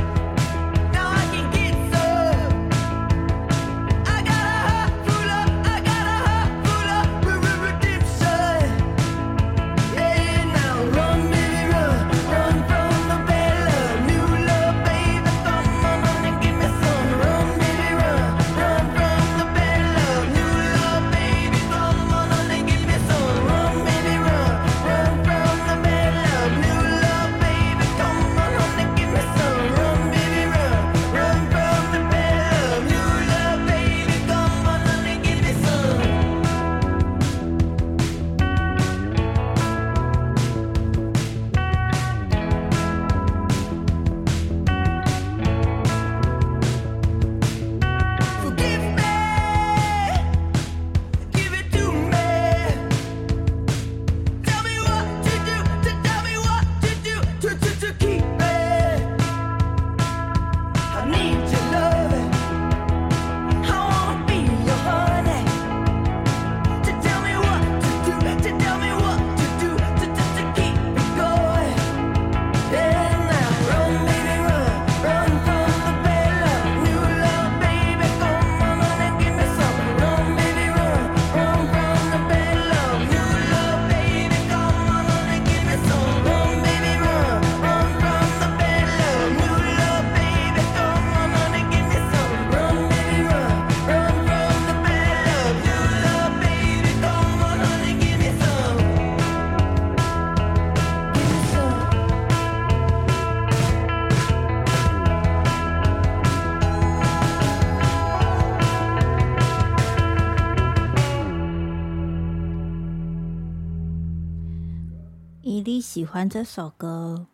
[SPEAKER 2] 喜欢这首歌，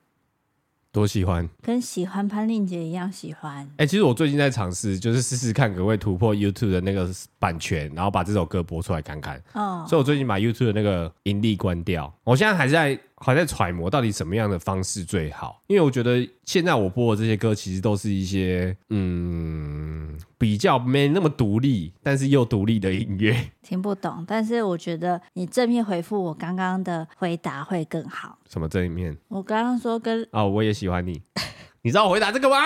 [SPEAKER 1] 多喜欢。
[SPEAKER 2] 跟喜欢潘令杰一样喜欢。
[SPEAKER 1] 哎、其实我最近在尝试，就是试试看可不可以突破 YouTube 的那个版权，然后把这首歌播出来看看。
[SPEAKER 2] 哦，
[SPEAKER 1] 所以我最近把 YouTube 的那个盈利关掉。我现在还在还在揣摩到底什么样的方式最好，因为我觉得现在我播的这些歌其实都是一些嗯比较没那么独立，但是又独立的音 乐。
[SPEAKER 2] 听不懂，但是我觉得你正面回复我刚刚的回答会更好。
[SPEAKER 1] 什么这一面
[SPEAKER 2] 我刚刚说跟
[SPEAKER 1] 啊、我也喜欢你。 你知道我回答这个吗？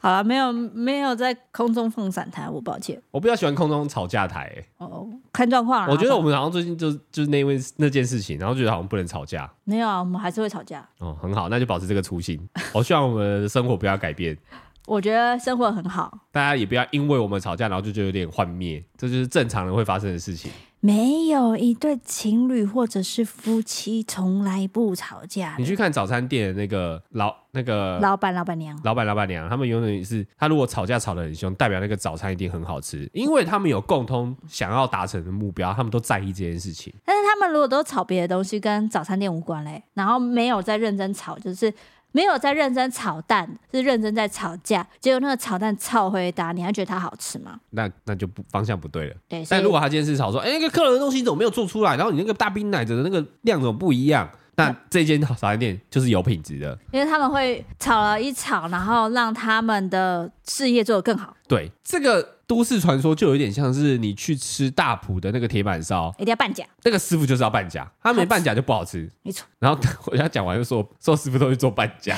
[SPEAKER 2] 好了，没有没有在空中放闪台，我抱歉。
[SPEAKER 1] 我比较喜欢空中吵架台、欸
[SPEAKER 2] 哦，看状况啦。
[SPEAKER 1] 我觉得我们好像最近就是就是那位那件事情，然后觉得好像不能吵架。
[SPEAKER 2] 没有啊，我们还是会吵架。
[SPEAKER 1] 哦，很好，那就保持这个初心。我希望我们的生活不要改变，
[SPEAKER 2] 我觉得生活很好，
[SPEAKER 1] 大家也不要因为我们吵架，然后就觉得有点幻灭，这就是正常人会发生的事情。
[SPEAKER 2] 没有一对情侣或者是夫妻从来不吵架
[SPEAKER 1] 你
[SPEAKER 2] 的。
[SPEAKER 1] 去看早餐店的那个老那个
[SPEAKER 2] 哎老板、老板娘，
[SPEAKER 1] 老板老板娘，他们永远是他如果吵架吵得很凶，代表那个早餐一定很好吃，因为他们有共通想要达成的目标，他们都在意这件事情。
[SPEAKER 2] 但是他们如果都吵别的东西，跟早餐店无关嘞，然后没有在认真吵，就是没有在认真炒蛋，是认真在吵架。结果那个炒蛋炒回答，你还觉得它好吃吗？
[SPEAKER 1] 那那就不方向不对了。
[SPEAKER 2] 对，所以
[SPEAKER 1] 但如果他今天是吵说，哎、那个客人的东西怎么没有做出来？然后你那个大冰奶的那个量怎么不一样？那这间早餐店就是有品质的，
[SPEAKER 2] 因为他们会吵了一吵，然后让他们的事业做得更好，
[SPEAKER 1] 对，这个都市传说就有点像是你去吃大埔的那个铁板烧，
[SPEAKER 2] 一定要半价，
[SPEAKER 1] 那个师傅就是要半价，他没半价就不好吃。
[SPEAKER 2] 没错，
[SPEAKER 1] 然后 我跟他讲完就说，说师傅都去做半 价。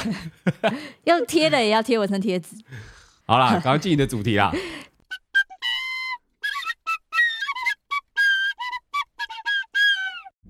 [SPEAKER 2] 要贴的也要贴纹身贴纸。
[SPEAKER 1] 好啦，赶快进你的主题啦。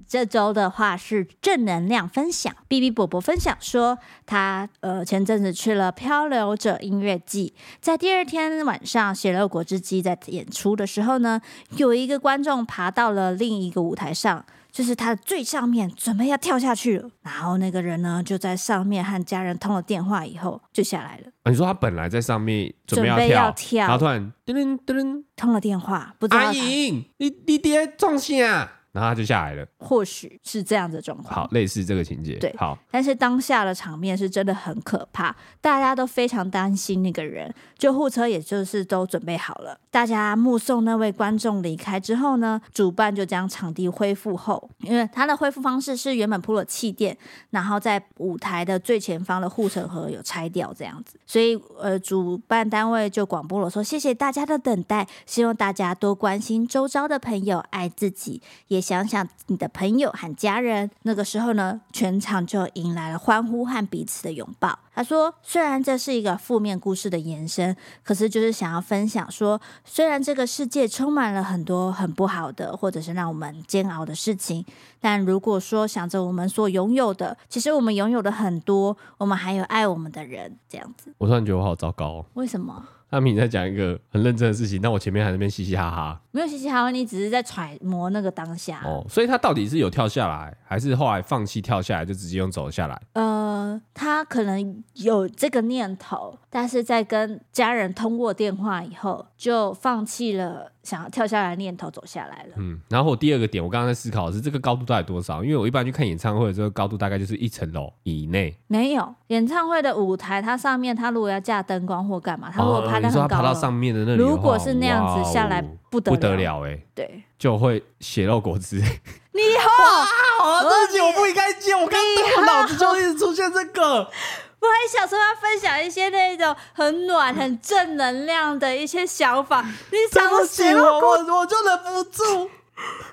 [SPEAKER 2] 这周的话是正能量分享，B B 伯伯分享说他呃前阵子去了漂流者音乐季，在第二天晚上血肉果汁机在演出的时候呢，有一个观众爬到了另一个舞台上。就是他的呃最上面，准备要跳下去了。然后那个人呢，就在上面和家人通了电话以后，就下来了。
[SPEAKER 1] 啊你说他本来在上面准备要
[SPEAKER 2] 准备
[SPEAKER 1] 跳，
[SPEAKER 2] 要跳
[SPEAKER 1] 然后突然噔噔噔
[SPEAKER 2] 通了电话，不
[SPEAKER 1] 噔，
[SPEAKER 2] 知
[SPEAKER 1] 阿
[SPEAKER 2] 道他
[SPEAKER 1] 颖，你你爹撞线啊！然后他就下来了。
[SPEAKER 2] 或许是这样的状况。
[SPEAKER 1] 好，类似这个情节。
[SPEAKER 2] 对
[SPEAKER 1] 好，
[SPEAKER 2] 但是当下的场面是真的很可怕，大家都非常担心那个人，救护车也就是都准备好了。大家目送那位观众离开之后呢，主办就将场地恢复后，因为他的恢复方式是原本铺了气垫，然后在舞台的最前方的护城河有拆掉这样子，所以呃，主办单位就广播了说，谢谢大家的等待，希望大家多关心周遭的朋友，爱自己，也想想你的朋友和家人。那个时候呢，全场就迎来了欢呼和彼此的拥抱。他说，虽然这是一个负面故事的延伸，可是就是想要分享说，虽然这个世界充满了很多很不好的，或者是让我们煎熬的事情，但如果说想着我们所拥有的，其实我们拥有的很多，我们还有爱我们的人，这样子。
[SPEAKER 1] 我突然觉得我好糟糕、哦。
[SPEAKER 2] 为什么？
[SPEAKER 1] 他明明在讲一个很认真的事情，但我前面还在那边嘻嘻哈哈。
[SPEAKER 2] 没有嘻嘻哈哈，你只是在揣摩那个当下。
[SPEAKER 1] 哦，所以他到底是有跳下来，还是后来放弃跳下来，就直接用走下来？
[SPEAKER 2] 呃，他可能有这个念头，但是在跟家人通过电话以后，就放弃了想要跳下来的念头，走下来了。
[SPEAKER 1] 嗯，然后我第二个点，我刚刚在思考的是这个高度到底多少？因为我一般去看演唱会的时候，高度大概就是一层楼以内。
[SPEAKER 2] 没有演唱会的舞台，它上面它如果要架灯光或干嘛，它如果
[SPEAKER 1] 哦
[SPEAKER 2] 爬
[SPEAKER 1] 你
[SPEAKER 2] 得
[SPEAKER 1] 说
[SPEAKER 2] 很
[SPEAKER 1] 他
[SPEAKER 2] 高
[SPEAKER 1] 爬到
[SPEAKER 2] 了，
[SPEAKER 1] 上面的那里的话，
[SPEAKER 2] 如果是那样子下来
[SPEAKER 1] 哇哦，
[SPEAKER 2] 不得
[SPEAKER 1] 不得了哎、
[SPEAKER 2] 对，
[SPEAKER 1] 就会血肉果汁。
[SPEAKER 2] 你以后
[SPEAKER 1] 哦，对不起，我不应该接，我刚刚脑子就一直出现这个。
[SPEAKER 2] 我还想说要分享一些那种很暖、很正能量的一些想法，你想不起来
[SPEAKER 1] 我我我就忍不住。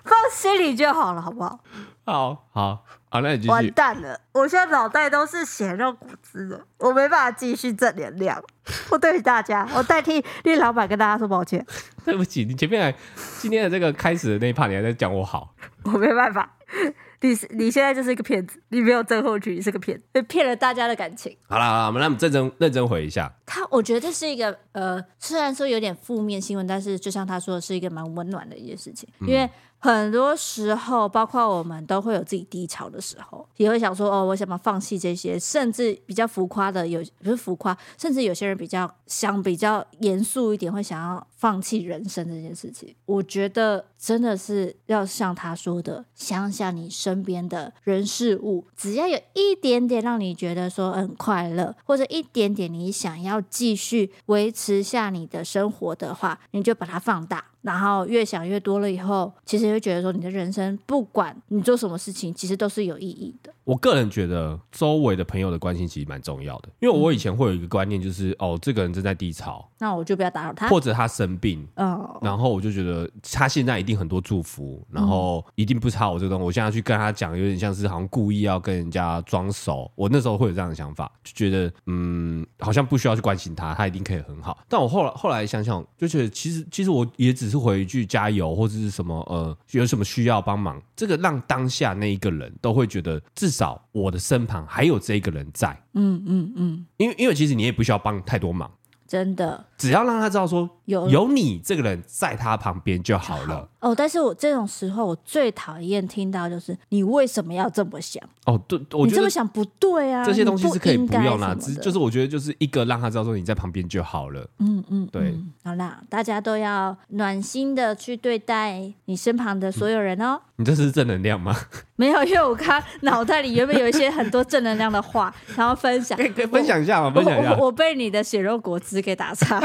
[SPEAKER 2] 放心里就好了，好不好？
[SPEAKER 1] 好好好，那你继
[SPEAKER 2] 完
[SPEAKER 1] 续。
[SPEAKER 2] 蛋了！我现在脑袋都是血肉骨汁的，我没办法继续正能量。我对不起大家，我代替厉老板跟大家说抱歉，
[SPEAKER 1] 对不起，你前面还今天的这个开始的那一 part，你还在讲我好。
[SPEAKER 2] 我没办法。 你是你现在就是一个骗子，你没有症候群，你是个骗子，你骗了大家的感情。
[SPEAKER 1] 好啦，好啦，我们让我们认真认真回一下。
[SPEAKER 2] 他，我觉得这是一个呃，虽然说有点负面新闻，但是就像他说的，是一个蛮温暖的一件事情。因为很多时候，包括我们都会有自己低潮的时候，也会想说哦，我想要放弃这些，甚至比较浮夸的有不是浮夸，甚至有些人比较想比较严肃一点，会想要放弃人生这件事情，我觉得真的是要像他说的，想想你身边的人事物，只要有一点点让你觉得说很快乐，或者一点点你想要继续维持下你的生活的话，你就把它放大。然后越想越多了以后，其实会觉得说，你的人生不管你做什么事情，其实都是有意义的。
[SPEAKER 1] 我个人觉得周围的朋友的关心其实蛮重要的，因为我以前会有一个观念，就是哦，这个人正在低潮，
[SPEAKER 2] 那我就不要打扰他。
[SPEAKER 1] 或者他生病，
[SPEAKER 2] 嗯，
[SPEAKER 1] 然后我就觉得他现在一定很多祝福，然后
[SPEAKER 2] 嗯
[SPEAKER 1] 一定不差我这个东西。我现在去跟他讲，有点像是好像故意要跟人家装熟。我那时候会有这样的想法，就觉得嗯，好像不需要去关心他，他一定可以很好。但我后来后来想想，就觉得其实其实我也只是回一句加油或者是什么呃，有什么需要帮忙，这个让当下那一个人都会觉得至少我的身旁还有这一个人在。
[SPEAKER 2] 嗯嗯嗯，
[SPEAKER 1] 因为因为其实你也不需要帮太多忙，
[SPEAKER 2] 真的
[SPEAKER 1] 只要让他知道说
[SPEAKER 2] 有
[SPEAKER 1] 有你这个人在他旁边就好了。
[SPEAKER 2] 哦。但是我这种时候，我最讨厌听到就是你为什么要这么想？
[SPEAKER 1] 哦，对，我
[SPEAKER 2] 你
[SPEAKER 1] 觉
[SPEAKER 2] 这
[SPEAKER 1] 得
[SPEAKER 2] 么想不对啊！
[SPEAKER 1] 这些东西是可以
[SPEAKER 2] 你
[SPEAKER 1] 不
[SPEAKER 2] 不应该
[SPEAKER 1] 用啦，
[SPEAKER 2] 什么
[SPEAKER 1] 只
[SPEAKER 2] 的
[SPEAKER 1] 就是我觉得就是一个让他知道说你在旁边就好了。
[SPEAKER 2] 嗯嗯，
[SPEAKER 1] 对
[SPEAKER 2] 嗯好啦，大家都要暖心的去对待你身旁的所有人哦。
[SPEAKER 1] 你这是正能量吗？
[SPEAKER 2] 没有，因为我刚脑袋里原本有一些很多正能量的话，然后分享，
[SPEAKER 1] 分享一下嘛，
[SPEAKER 2] 我
[SPEAKER 1] 哎分享一下
[SPEAKER 2] 我。我被你的血肉果汁给打岔，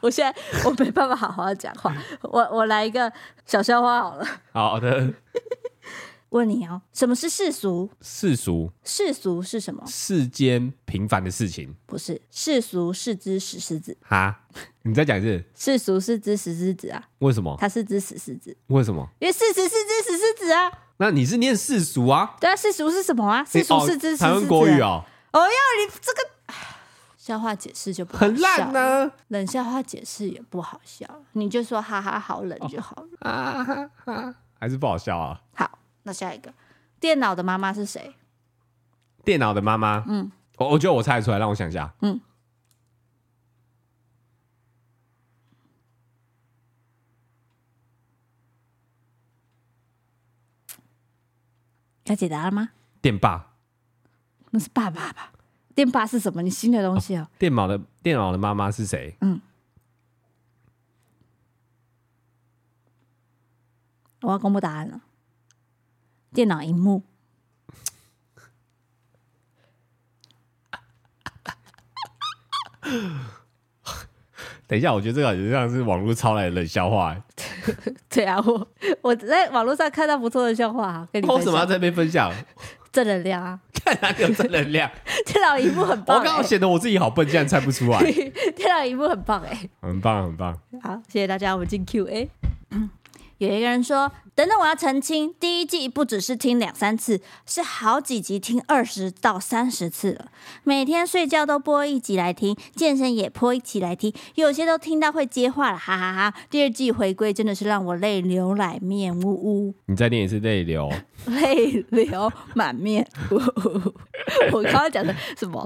[SPEAKER 2] 我现在我没办法好好讲话，我我来一个小笑话好了。
[SPEAKER 1] 好的，
[SPEAKER 2] 问你哦，什么是世俗？
[SPEAKER 1] 世俗
[SPEAKER 2] 世俗是什么？
[SPEAKER 1] 世间平凡的事情
[SPEAKER 2] 不是世俗是只石狮子，
[SPEAKER 1] 哈，你再讲一次，
[SPEAKER 2] 世俗是只石狮子啊，
[SPEAKER 1] 为什么？
[SPEAKER 2] 它是只石狮子，
[SPEAKER 1] 为什么？
[SPEAKER 2] 因为事实是只石狮子啊。
[SPEAKER 1] 那你是念世俗啊？
[SPEAKER 2] 对啊，世俗是什么啊？世
[SPEAKER 1] 你
[SPEAKER 2] 俗
[SPEAKER 1] 哦
[SPEAKER 2] 是只石狮子、
[SPEAKER 1] 台湾国语。哦，
[SPEAKER 2] 哦哟，你这个笑话解释就不好
[SPEAKER 1] 很
[SPEAKER 2] 笑
[SPEAKER 1] 烂啊
[SPEAKER 2] 了
[SPEAKER 1] 呢
[SPEAKER 2] 冷笑话解释也不好笑，你就说哈哈好冷就好了。
[SPEAKER 1] 啊哈哈，还是不好笑啊？
[SPEAKER 2] 好，那下一个，电脑的妈妈是谁？
[SPEAKER 1] 电脑的妈妈，嗯，我我觉得我猜得出来，让我想一下，
[SPEAKER 2] 嗯
[SPEAKER 1] 嗯，
[SPEAKER 2] 要解答了吗？
[SPEAKER 1] 电爸，
[SPEAKER 2] 那是爸爸吧？电爸是什么？你新的东西哦。
[SPEAKER 1] 电脑的电脑的妈妈是谁？
[SPEAKER 2] 嗯我要公布答案了。电脑荧幕，
[SPEAKER 1] 等一下，我觉得这个有点像是网络抄来的冷笑话、欸，
[SPEAKER 2] 对啊，我我在网络上看到不错的笑话、啊跟你
[SPEAKER 1] 我为哦
[SPEAKER 2] 分
[SPEAKER 1] 什么要
[SPEAKER 2] 享
[SPEAKER 1] 在。这边分 享？
[SPEAKER 2] 正能量啊，
[SPEAKER 1] 看哪里有正能 量？
[SPEAKER 2] 电脑荧幕很
[SPEAKER 1] 我
[SPEAKER 2] 棒、
[SPEAKER 1] 刚刚
[SPEAKER 2] 欸。
[SPEAKER 1] 显得我自己好笨，竟然猜不出来，
[SPEAKER 2] 电脑荧幕很棒哎、
[SPEAKER 1] 很棒，很棒。
[SPEAKER 2] 好，谢谢大家，我们进 Q&A。有一个人说：“等等，我要澄清，第一季不只是听两三次，是好几集听二十到三十次了。每天睡觉都播一集来听，健身也播一集来听，有些都听到会接话了，哈哈哈第二季回归真的是让我泪流满面，呜呜，
[SPEAKER 1] 你再念一次泪 流，
[SPEAKER 2] 泪流满面， 呜呜。我刚刚讲的什么？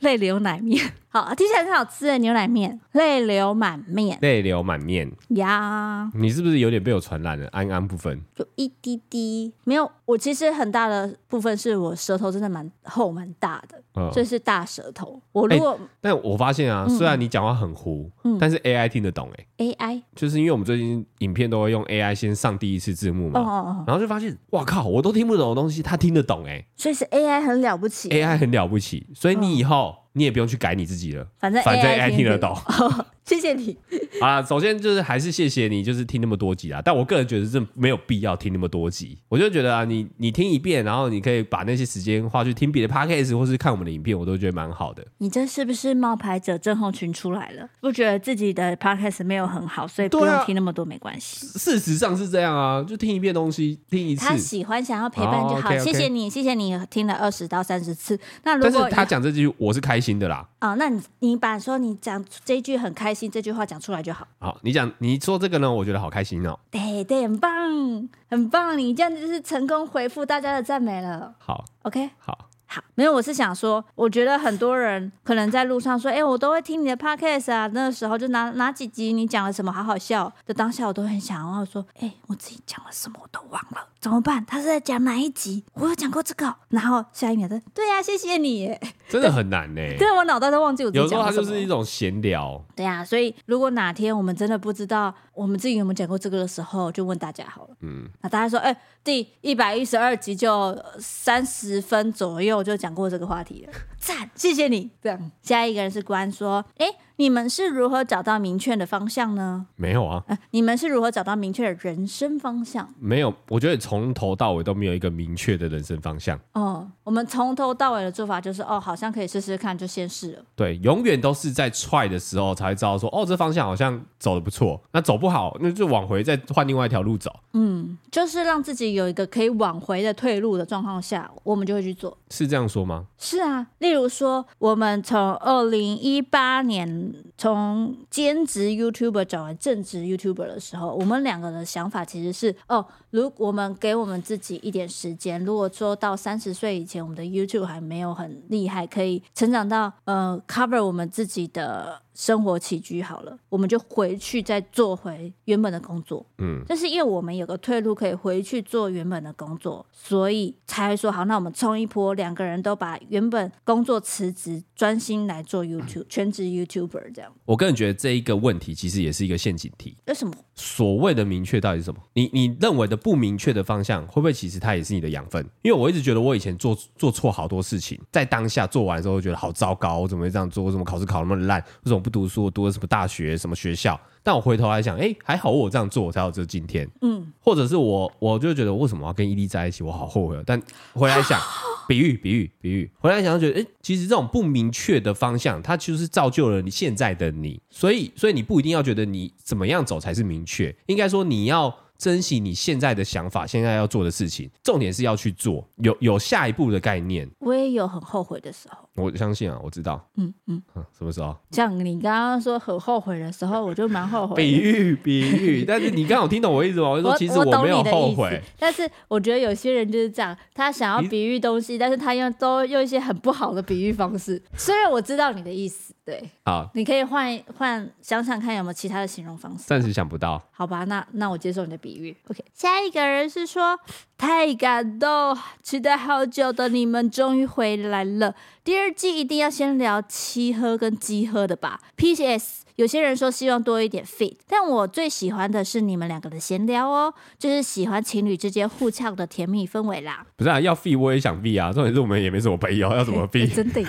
[SPEAKER 2] 泪流奶面，好，听起来很好吃的牛奶面，泪流满面
[SPEAKER 1] 泪流满面。
[SPEAKER 2] 呀。
[SPEAKER 1] 你是不是有点被我传染了？安安不分，
[SPEAKER 2] 有一滴滴，没有。我其实很大的部分是我舌头真的蛮厚蛮大的，
[SPEAKER 1] 嗯
[SPEAKER 2] 这、是大舌头。我如果
[SPEAKER 1] 但我发现
[SPEAKER 2] 嗯
[SPEAKER 1] 啊，虽然你讲话很糊，但是 AI 听得懂哎、
[SPEAKER 2] AI，
[SPEAKER 1] 就是因为我们最近影片都会用 AI 先上第一次字幕嘛，
[SPEAKER 2] 哦哦哦，
[SPEAKER 1] 然后就发现，哇靠，我都听不懂的东西，他听得懂哎、
[SPEAKER 2] 所以是 AI 很了不起。
[SPEAKER 1] AI 很了不起，所以你以后你也不用去改你自己了，
[SPEAKER 2] 嗯反正
[SPEAKER 1] 反正
[SPEAKER 2] AI
[SPEAKER 1] AI 听得懂。
[SPEAKER 2] 谢谢你，
[SPEAKER 1] 啊，首先就是还是谢谢你，就是听那么多集啊。但我个人觉得是没有必要听那么多集，我就觉得啊，你你听一遍，然后你可以把那些时间花去听别的 podcast 或是看我们的影片，我都觉得蛮好的。
[SPEAKER 2] 你这是不是冒牌者症候群出来了？不觉得自己的 podcast 没有很好，所以不
[SPEAKER 1] 对啊
[SPEAKER 2] 用听那么多没关系。
[SPEAKER 1] 事实上是这样啊，就听一遍东西，听一
[SPEAKER 2] 他
[SPEAKER 1] 次。
[SPEAKER 2] 喜欢想要陪伴就好，
[SPEAKER 1] 哦，OK，OK
[SPEAKER 2] 谢谢你，谢谢你听了二十到三十次。那如
[SPEAKER 1] 但
[SPEAKER 2] 果
[SPEAKER 1] 是他
[SPEAKER 2] 啊、
[SPEAKER 1] 讲这句，我是开心的啦。
[SPEAKER 2] 哦，那你你把说你讲这一句很开心这句话讲出来就好。
[SPEAKER 1] 好，你讲你说这个呢，我觉得好开心哦。
[SPEAKER 2] 对对，很棒，很棒！你这样子就是成功回复大家的赞美了。
[SPEAKER 1] 好
[SPEAKER 2] OK，
[SPEAKER 1] 好，
[SPEAKER 2] 好，没有，我是想说，我觉得很多人可能在路上说，哎、我都会听你的 podcast 啊，那时候就哪哪几集你讲了什么好好笑的当下，我都很想要说，哎、我自己讲了什么我都忘了，怎么办？他是在讲哪一集？我有讲过这个哦。然后下一秒的，对呀、谢谢你耶。
[SPEAKER 1] 真的很难呢、
[SPEAKER 2] 但我脑袋都忘记我自
[SPEAKER 1] 哎有
[SPEAKER 2] 己
[SPEAKER 1] 时候
[SPEAKER 2] 讲
[SPEAKER 1] 它
[SPEAKER 2] 了什
[SPEAKER 1] 就
[SPEAKER 2] 么。
[SPEAKER 1] 是一种闲聊，
[SPEAKER 2] 对呀、所以如果哪天我们真的不知道我们自己有没有讲过这个的时候，就问大家好了。嗯，那大家说，哎、第一百一十二集就三十分左右就讲过这个话题了，赞，谢谢你。这样，下一个人是关说，哎、你们是如何找到明确的方向呢？
[SPEAKER 1] 没有啊，
[SPEAKER 2] 呃，你们是如何找到明确的人生方向？
[SPEAKER 1] 没有。我觉得从头到尾都没有一个明确的人生方向，
[SPEAKER 2] 哦，我们从头到尾的做法就是，哦，好像可以试试看，就先试了。
[SPEAKER 1] 对，永远都是在踹的时候才会知道说，哦，这方向好像走的不错，那走不好，那就往回再换另外一条路走，
[SPEAKER 2] 就是让自己有一个可以挽回的退路的状况下，我们就会去做。
[SPEAKER 1] 是这样说吗？
[SPEAKER 2] 是啊，例如说，我们从二零一八年从兼职 YouTuber 转为正职 YouTuber 的时候，我们两个的想法其实是：哦，如果我们给我们自己一点时间，如果说到三十岁以前，我们的 YouTube 还没有很厉害，可以成长到呃 cover 我们自己的生活起居好了，我们就回去再做回原本的工作。
[SPEAKER 1] 嗯
[SPEAKER 2] 但是因为我们有个退路可以回去做原本的工作，所以才会说好，那我们冲一波，两个人都把原本工作辞职，专心来做 YouTube 全职 YouTuber 这样。
[SPEAKER 1] 我个人觉得这一个问题其实也是一个陷阱题。
[SPEAKER 2] 为什么？
[SPEAKER 1] 所谓的明确到底是什么？你你认为的不明确的方向，会不会其实它也是你的养分？因为我一直觉得我以前做做错好多事情，在当下做完之后，觉得好糟糕，我怎么会这样做？我怎么考试考那么烂？为什么不读书？我读了什么大学、什么学校？但我回头来想，哎、还好我这样做，我才有这今天。
[SPEAKER 2] 嗯，
[SPEAKER 1] 或者是我，我就觉得为什么要跟伊利在一起，我好后悔哦。但回来想，比喻，比喻，比喻，回来想就觉得，哎、其实这种不明确的方向，它就是造就了你现在的你。所以，所以你不一定要觉得你怎么样走才是明确，应该说你要珍惜你现在的想法，现在要做的事情，重点是要去做，有有下一步的概念。
[SPEAKER 2] 我也有很后悔的时候。
[SPEAKER 1] 我相信啊，我知道，
[SPEAKER 2] 嗯嗯，
[SPEAKER 1] 嗯，什么时候？
[SPEAKER 2] 像你刚刚说很后悔的时候，我就蛮后 悔
[SPEAKER 1] 比
[SPEAKER 2] 的。
[SPEAKER 1] 喻，比 喻。但是你刚好听懂我意思吗？我就
[SPEAKER 2] 我
[SPEAKER 1] 说，其实
[SPEAKER 2] 我懂
[SPEAKER 1] 没有
[SPEAKER 2] 你的
[SPEAKER 1] 后
[SPEAKER 2] 意
[SPEAKER 1] 悔
[SPEAKER 2] 思。，但是我觉得有些人就是这样，他想
[SPEAKER 1] 你
[SPEAKER 2] 要比喻东西，但是他用都用一些很不好的比喻 方式。虽然我知道你的意思，对，
[SPEAKER 1] 好，
[SPEAKER 2] 你可以换一换，想想看有没有其他的形容方式。
[SPEAKER 1] 暂时想不到。
[SPEAKER 2] 好吧，那那我接受你的比喻。OK，下一个人是说太感动，期待好久的你们终于回来了。第二季一定要先聊七喝跟鸡喝的吧。P.S. 有些人说希望多一点 fit，但我最喜欢的是你们两个的闲聊哦，就是喜欢情侣之间互呛的甜蜜氛围啦。
[SPEAKER 1] 不是啊，要 fee 我也想 fee 啊，重点是我们也没什么朋友，要 怎么
[SPEAKER 2] 欸
[SPEAKER 1] fee？
[SPEAKER 2] 真的耶，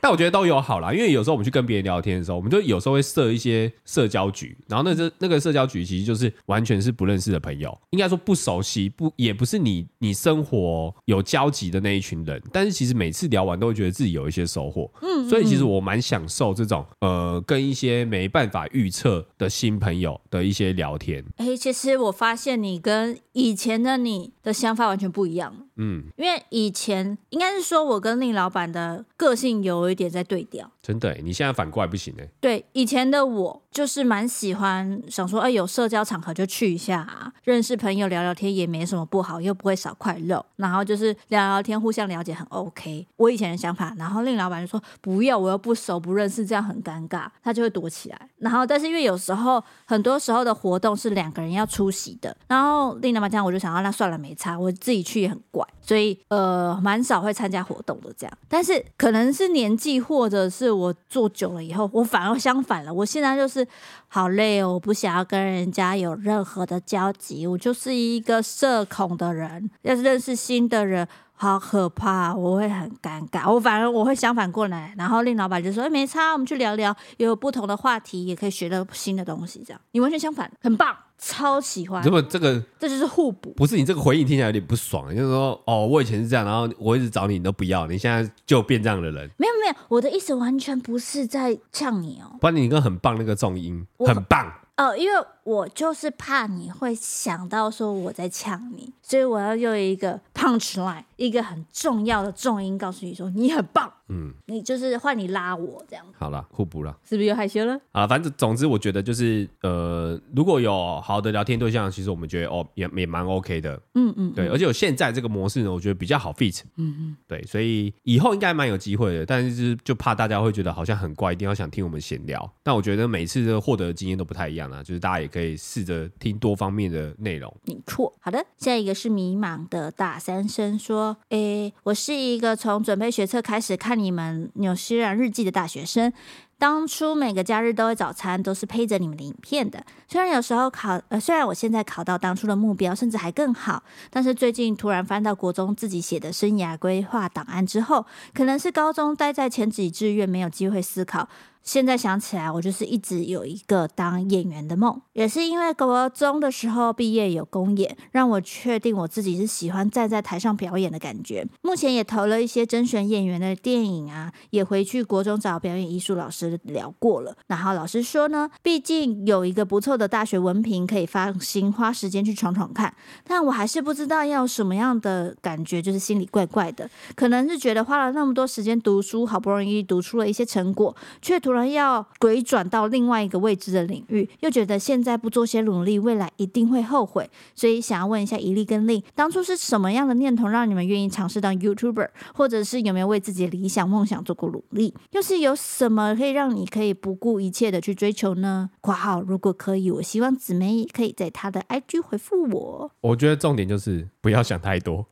[SPEAKER 1] 但我觉得都有好啦，因为有时候我们去跟别人聊天的时候，我们就有时候会设一些社交局，然后那这那个社交局其实就是完全是不认识的朋友，应该说不熟悉，不也不是你你生活有交集的那一群人，但是其实每次聊完都会觉得自己有一些收获，嗯，所以其实我蛮享受这种呃跟一些没办法预测的新朋友的一些聊天，
[SPEAKER 2] 哎、其实我发现你跟以前的你的想法完全不一样了。
[SPEAKER 1] 嗯，
[SPEAKER 2] 因为以前应该是说我跟令老板的个性有一点在对调。
[SPEAKER 1] 真的欸，你现在反过来不行哎，
[SPEAKER 2] 对，以前的我就是蛮喜欢想说，哎、有社交场合就去一下、啊，认识朋友聊聊天也没什么不好，又不会少块肉。然后就是聊聊天，互相了解很 OK。我以前的想法，然后令老板就说不要，我又不熟不认识，这样很尴尬，他就会躲起来。然后但是因为有时候很多时候的活动是两个人要出席的，然后令老板这样我就想要那算了没差，我自己去也很怪，所以呃蛮少会参加活动的这样。但是可能是年纪或者是我做久了以后，我反而相反了，我现在就是好累哦，我不想要跟人家有任何的交集，我就是一个社恐的人，要是认识新的人。好可怕，我会很尴尬。我反而我会相反过来，然后令老板就说：“哎、没差，我们去聊聊，也有不同的话题，也可以学到新的东西。”这样，你完全相反，很棒，超喜欢
[SPEAKER 1] 这，么这个
[SPEAKER 2] 这就是互补。
[SPEAKER 1] 不是你这个回应听起来有点不爽，就是说哦，我以前是这样，然后我一直找你，你都不要，你现在就变这样的人。
[SPEAKER 2] 没有没有，我的意思完全不是在呛你哦，
[SPEAKER 1] 不然你一个很棒那个重音，
[SPEAKER 2] 我
[SPEAKER 1] 很棒，
[SPEAKER 2] 哦，因为我就是怕你会想到说我在呛你，所以我要用一个 punch line，一个很重要的重音告诉你说你很棒，
[SPEAKER 1] 嗯，
[SPEAKER 2] 你就是换你拉我这样，
[SPEAKER 1] 好啦，互补啦。
[SPEAKER 2] 是不是又害羞了？
[SPEAKER 1] 啊，反正总之，我觉得就是呃，如果有好的聊天对象，其实我们觉得哦，也也蛮 OK 的，
[SPEAKER 2] 嗯嗯，
[SPEAKER 1] 对。而且我现在这个模式呢，我觉得比较好 fit，嗯嗯，对，所以以后应该蛮有机会的，但是就是就怕大家会觉得好像很怪，一定要想听我们闲聊。但我觉得每次的获得的经验都不太一样啊，就是大家也可以试着听多方面的内容。
[SPEAKER 2] 没错。好的，下一个是迷茫的大三生说：“诶，我是一个从准备学测开始看你们纽西兰日记的大学生。当初每个假日都会早餐，都是配着你们的影片的。虽然有时候考，呃，虽然我现在考到当初的目标，甚至还更好，但是最近突然翻到国中自己写的生涯规划档案之后，可能是高中待在前几志愿没有机会思考，现在想起来，我就是一直有一个当演员的梦，也是因为国中的时候毕业有公演，让我确定我自己是喜欢站在台上表演的感觉。目前也投了一些甄选演员的电影啊，也回去国中找表演艺术老师聊过了。然后老师说呢，毕竟有一个不错的大学文凭，可以放心花时间去闯闯看。但我还是不知道要什么样的感觉，就是心里怪怪的，可能是觉得花了那么多时间读书，好不容易读出了一些成果，却突然要鬼转到另外一个未知的领域，又觉得现在不做些努力，未来一定会后悔。所以想要问一下一力跟令，当初是什么样的念头让你们愿意尝试当 YouTuber，或者是有没有为自己的理想梦想做过努力？又是有什么可以让你可以不顾一切的去追求呢？（括号如果可以，我希望姊妹可以在她的 IG 回复我。
[SPEAKER 1] 我觉得重点就是不要想太多。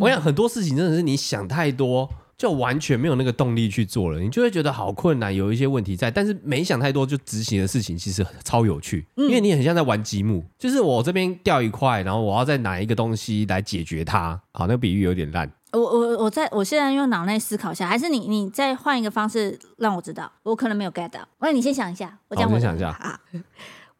[SPEAKER 1] 我想很多事情真的是你想太多，就完全没有那个动力去做了，你就会觉得好困难，有一些问题在。但是没想太多就执行的事情，其实超有趣，因为你很像在玩积木，就是我这边掉一块，然后我要再拿一个东西来解决它。好，那个比喻有点烂。
[SPEAKER 2] 我我我在我现在用脑内思考一下，还是你你再换一个方式让我知道，我可能没有 get 到。那你先想一下，我讲
[SPEAKER 1] 好我
[SPEAKER 2] 我的
[SPEAKER 1] 先想一下
[SPEAKER 2] 啊，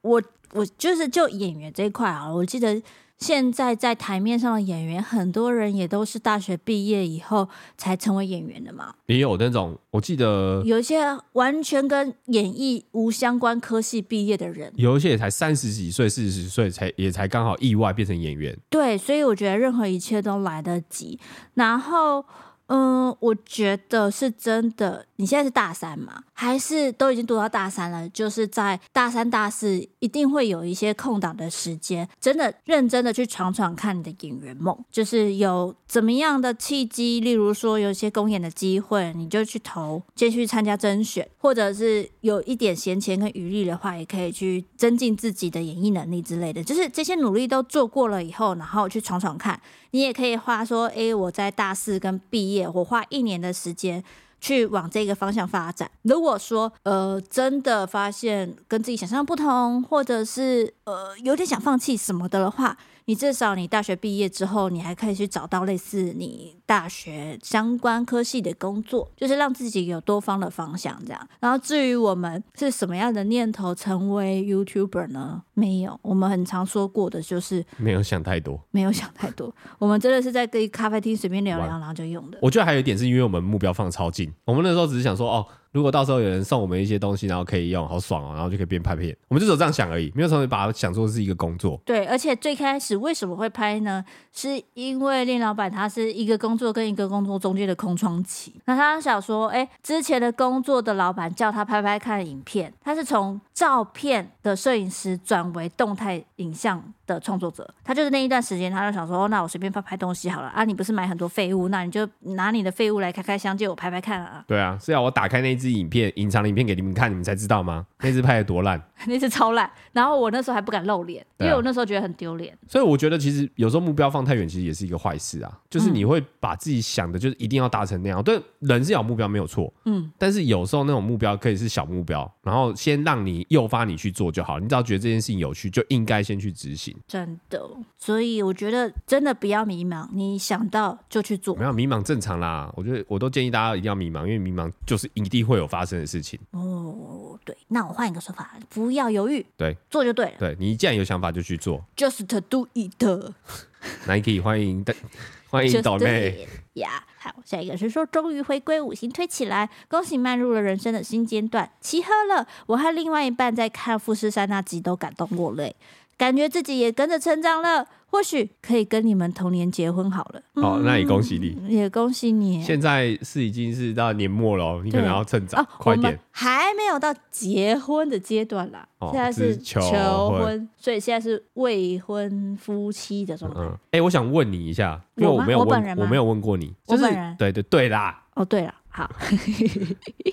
[SPEAKER 2] 我我就是就演员这一块啊，我记得现在在台面上的演员，很多人也都是大学毕业以后才成为演员的嘛，
[SPEAKER 1] 也有那种，我记得
[SPEAKER 2] 有一些完全跟演艺无相关科系毕业的人，
[SPEAKER 1] 有一些也才三十几岁、四十岁才也才刚好意外变成演员。
[SPEAKER 2] 对，所以我觉得任何一切都来得及。然后，嗯，我觉得是真的。你现在是大三嘛？还是都已经读到大三了？就是在大三、大四一定会有一些空档的时间，真的认真的去闯闯看你的演员梦，就是有怎么样的契机，例如说有一些公演的机会，你就去投，先去参加甄选，或者是有一点闲钱跟余力的话，也可以去增进自己的演艺能力之类的。就是这些努力都做过了以后，然后去闯闯看。你也可以花说，诶，我在大四跟毕业，我花一年的时间。去往这个方向发展。如果说呃真的发现跟自己想象不同，或者是呃有点想放弃什么的的话，你至少你大学毕业之后，你还可以去找到类似你大学相关科系的工作，就是让自己有多方的方向这样。然后至于我们是什么样的念头成为 YouTuber 呢？没有，我们很常说过的就是
[SPEAKER 1] 没有想太多，
[SPEAKER 2] 没有想太多， 我们真的是在跟咖啡厅随便聊聊，
[SPEAKER 1] 哇
[SPEAKER 2] 然后就 用的。
[SPEAKER 1] 我觉得还有一点是因为我们目标放超近，我们那时候只是想说，哦，如果到时候有人送我们一些东西，然后可以用，好爽哦，然后就可以边拍片，我们就只有这样想而已，没有从把它想做是一个工作。
[SPEAKER 2] 对，而且最开始为什么会拍呢？是因为令老板他是一个工作跟一个工作中间的空窗期，那他想说，哎，之前的工作的老板叫他拍拍看影片，他是从照片的摄影师转为动态影像的创作者，他就是那一段时间，他就想说，哦那我随便拍拍东西好了啊，你不是买很多废物，那你就拿你的废物来开开箱，借我拍拍看啊，
[SPEAKER 1] 对啊，是要我打开那支影片，隐藏的影片给你们看，你们才知道吗？那支拍的多烂。
[SPEAKER 2] 那是超烂。然后我那时候还不敢露脸，因
[SPEAKER 1] 对
[SPEAKER 2] 为
[SPEAKER 1] 啊
[SPEAKER 2] 我那时候觉得很丢脸。
[SPEAKER 1] 所以我觉得其实有时候目标放太远，其实也是一个坏事啊。就是你会把自己想的，就是一定要达成那样。对，人是要有目标没有错，
[SPEAKER 2] 嗯，
[SPEAKER 1] 但是有时候那种目标可以是小目标，然后先让你诱发你去做就好。你只要觉得这件事情有趣，就应该先去执行。
[SPEAKER 2] 真的，所以我觉得真的不要迷茫，你想到就去做
[SPEAKER 1] 没。有迷茫正常啦，我觉得我都建议大家一定要迷茫，因为迷茫就是一定会有发生的事情。
[SPEAKER 2] 哦，对，那我换一个说法，不要犹豫，
[SPEAKER 1] 对，
[SPEAKER 2] 做就对了
[SPEAKER 1] 对你既然有想法就去做。
[SPEAKER 2] ，just do it。
[SPEAKER 1] Nike 欢迎 的欢迎
[SPEAKER 2] Just
[SPEAKER 1] 岛
[SPEAKER 2] do
[SPEAKER 1] 内，
[SPEAKER 2] it 呀。好，下一个是说，终于回归五星推起来，恭喜迈入了人生的新阶段，齐喝了。我和另外一半在看富士山那集都感动落泪。感觉自己也跟着成长了，或许可以跟你们同年结婚好了。
[SPEAKER 1] 好，那也恭喜你。
[SPEAKER 2] 嗯也恭喜你。
[SPEAKER 1] 现在是已经是到年末了哦，你可能
[SPEAKER 2] 对
[SPEAKER 1] 要趁早
[SPEAKER 2] 哦，
[SPEAKER 1] 快
[SPEAKER 2] 我
[SPEAKER 1] 点
[SPEAKER 2] 们。还没有到结婚的阶段啦，
[SPEAKER 1] 哦
[SPEAKER 2] 现在
[SPEAKER 1] 只是求
[SPEAKER 2] 求
[SPEAKER 1] 婚
[SPEAKER 2] 所以现在是未婚夫妻的状态。
[SPEAKER 1] 嗯，哎，我想问你一下，因为
[SPEAKER 2] 我
[SPEAKER 1] 我
[SPEAKER 2] 吗
[SPEAKER 1] 没有
[SPEAKER 2] 我本
[SPEAKER 1] 问，
[SPEAKER 2] 人
[SPEAKER 1] 我
[SPEAKER 2] 吗
[SPEAKER 1] 没有问过你，就
[SPEAKER 2] 我
[SPEAKER 1] 是
[SPEAKER 2] 本人
[SPEAKER 1] 对对对啦，
[SPEAKER 2] 哦，对了，好，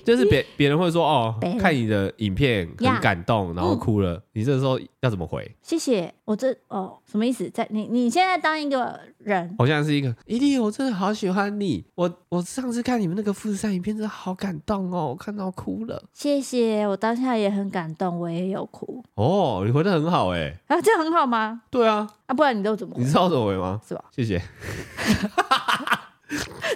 [SPEAKER 1] 就是别别人会说哦
[SPEAKER 2] 别，人
[SPEAKER 1] 看你的影片很
[SPEAKER 2] 呀嗯
[SPEAKER 1] 感动，然后哭了，你这时候要怎么回？
[SPEAKER 2] 谢谢。我这哦，什么意思？在你你现在当一个人，
[SPEAKER 1] 好像是一个伊利，我真的好喜欢你，我我上次看你们那个富士山影片真的好感动哦，我看到哭了。
[SPEAKER 2] 谢谢。我当下也很感动，我也有哭。
[SPEAKER 1] 哦，你回的很好哎、
[SPEAKER 2] 啊，这样很好吗？
[SPEAKER 1] 对啊，
[SPEAKER 2] 啊，不然你都怎么回
[SPEAKER 1] 你知道我怎么回吗？
[SPEAKER 2] 是吧？
[SPEAKER 1] 谢谢。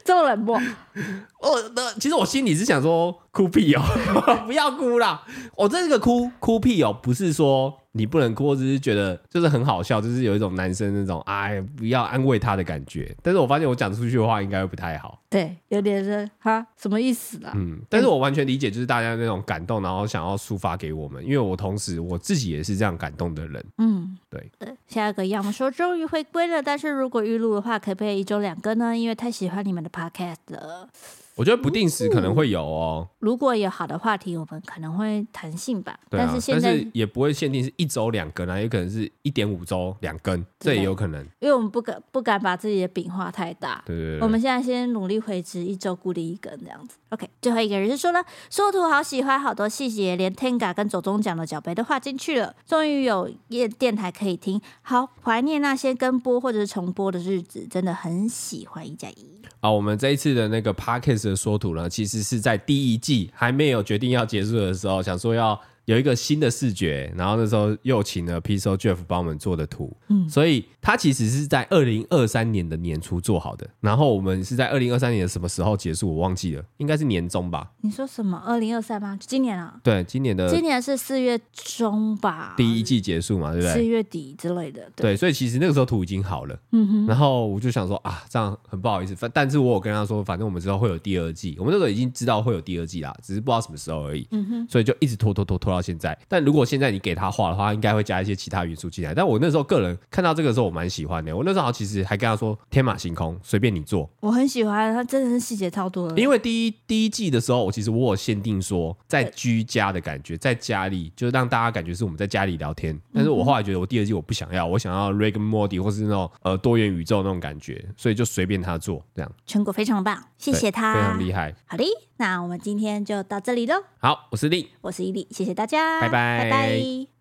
[SPEAKER 2] 这么冷漠？
[SPEAKER 1] 哦，那其实我心里是想说哭屁哦， 不要哭啦。我、这个哭哭屁哦，不是说你不能哭，我只是觉得就是很好笑，就是有一种男生那种哎不要安慰他的感觉。但是我发现我讲出去的话应该会不太好，
[SPEAKER 2] 对，有点是哈，什么意思啦？
[SPEAKER 1] 嗯，但是我完全理解就是大家那种感动，然后想要抒发给我们，因为我同时我自己也是这样感动的人。
[SPEAKER 2] 嗯，
[SPEAKER 1] 对
[SPEAKER 2] 的。下一个要么说终于回归了，但是如果预录的话，可不可以一周两更呢？因为太喜欢你们的 podcast 了。
[SPEAKER 1] 我觉得不定时可能会有哦，
[SPEAKER 2] 如果有好的话题，我们可能会弹性吧。
[SPEAKER 1] 对啊，
[SPEAKER 2] 但
[SPEAKER 1] 但
[SPEAKER 2] 是现在，
[SPEAKER 1] 也不会限定是一周两根啊，也可能是一点五周两根，这也有可能。
[SPEAKER 2] 因为我们不敢不敢把自己的饼画太大。
[SPEAKER 1] 对对对对，
[SPEAKER 2] 我们现在先努力回执一周固定一根这样子。OK，最后一个人是说呢，缩图好喜欢，好多细节，连 Tenga 跟左宗奖的脚杯都画进去了。终于有夜电台可以听，好怀念那些跟播或者是重播的日子，真的很喜欢一加一。
[SPEAKER 1] 啊，我们这一次的那个 podcast 的缩图呢，其实是在第一季还没有决定要结束的时候，想说要有一个新的视觉，然后那时候又请了 Piso Jeff 帮我们做的图，嗯，所以它其实是在二零二三年的年初做好的，然后我们是在二零二三年的什么时候结束，我忘记了，应该是年中吧？
[SPEAKER 2] 你说什么？二零二三吗？今年啊？
[SPEAKER 1] 对，今年的
[SPEAKER 2] 今年是四月中吧？
[SPEAKER 1] 呃第一季结束嘛，对不
[SPEAKER 2] 四
[SPEAKER 1] 对？
[SPEAKER 2] 月底之类的。对，
[SPEAKER 1] 对，所以其实那个时候图已经好了，
[SPEAKER 2] 嗯哼，
[SPEAKER 1] 然后我就想说啊，这样很不好意思，反但是我有跟他说，反正我们知道会有第二季，我们那时候已经知道会有第二季啦，只是不知道什么时候而已，
[SPEAKER 2] 嗯哼，
[SPEAKER 1] 所以就一直拖拖拖拖到现在。但如果现在你给他画的话，他应该会加一些其他元素进来。但我那时候个人看到这个时候，我蛮喜欢的。我那时候好像其实还跟他说天马行空，随便你做，
[SPEAKER 2] 我很喜欢，它真的是细节超多的。
[SPEAKER 1] 因
[SPEAKER 2] 为
[SPEAKER 1] 为第一第一季的时候，我其实我有限定说，在居家的感觉，在家里，就是让大家感觉是我们在家里聊天。但
[SPEAKER 2] 嗯
[SPEAKER 1] 是我后来觉得，我第二季我不想要，我想要 Rick and Morty 或是那种呃多元宇宙那种感觉，所以就随便他做这样。
[SPEAKER 2] 全国非常棒，谢
[SPEAKER 1] 对
[SPEAKER 2] 谢他，
[SPEAKER 1] 非常厉害。
[SPEAKER 2] 好的，那我们今天就到这里喽。
[SPEAKER 1] 好，我是令。
[SPEAKER 2] 我是伊利，谢谢大家，
[SPEAKER 1] 拜拜
[SPEAKER 2] 拜拜。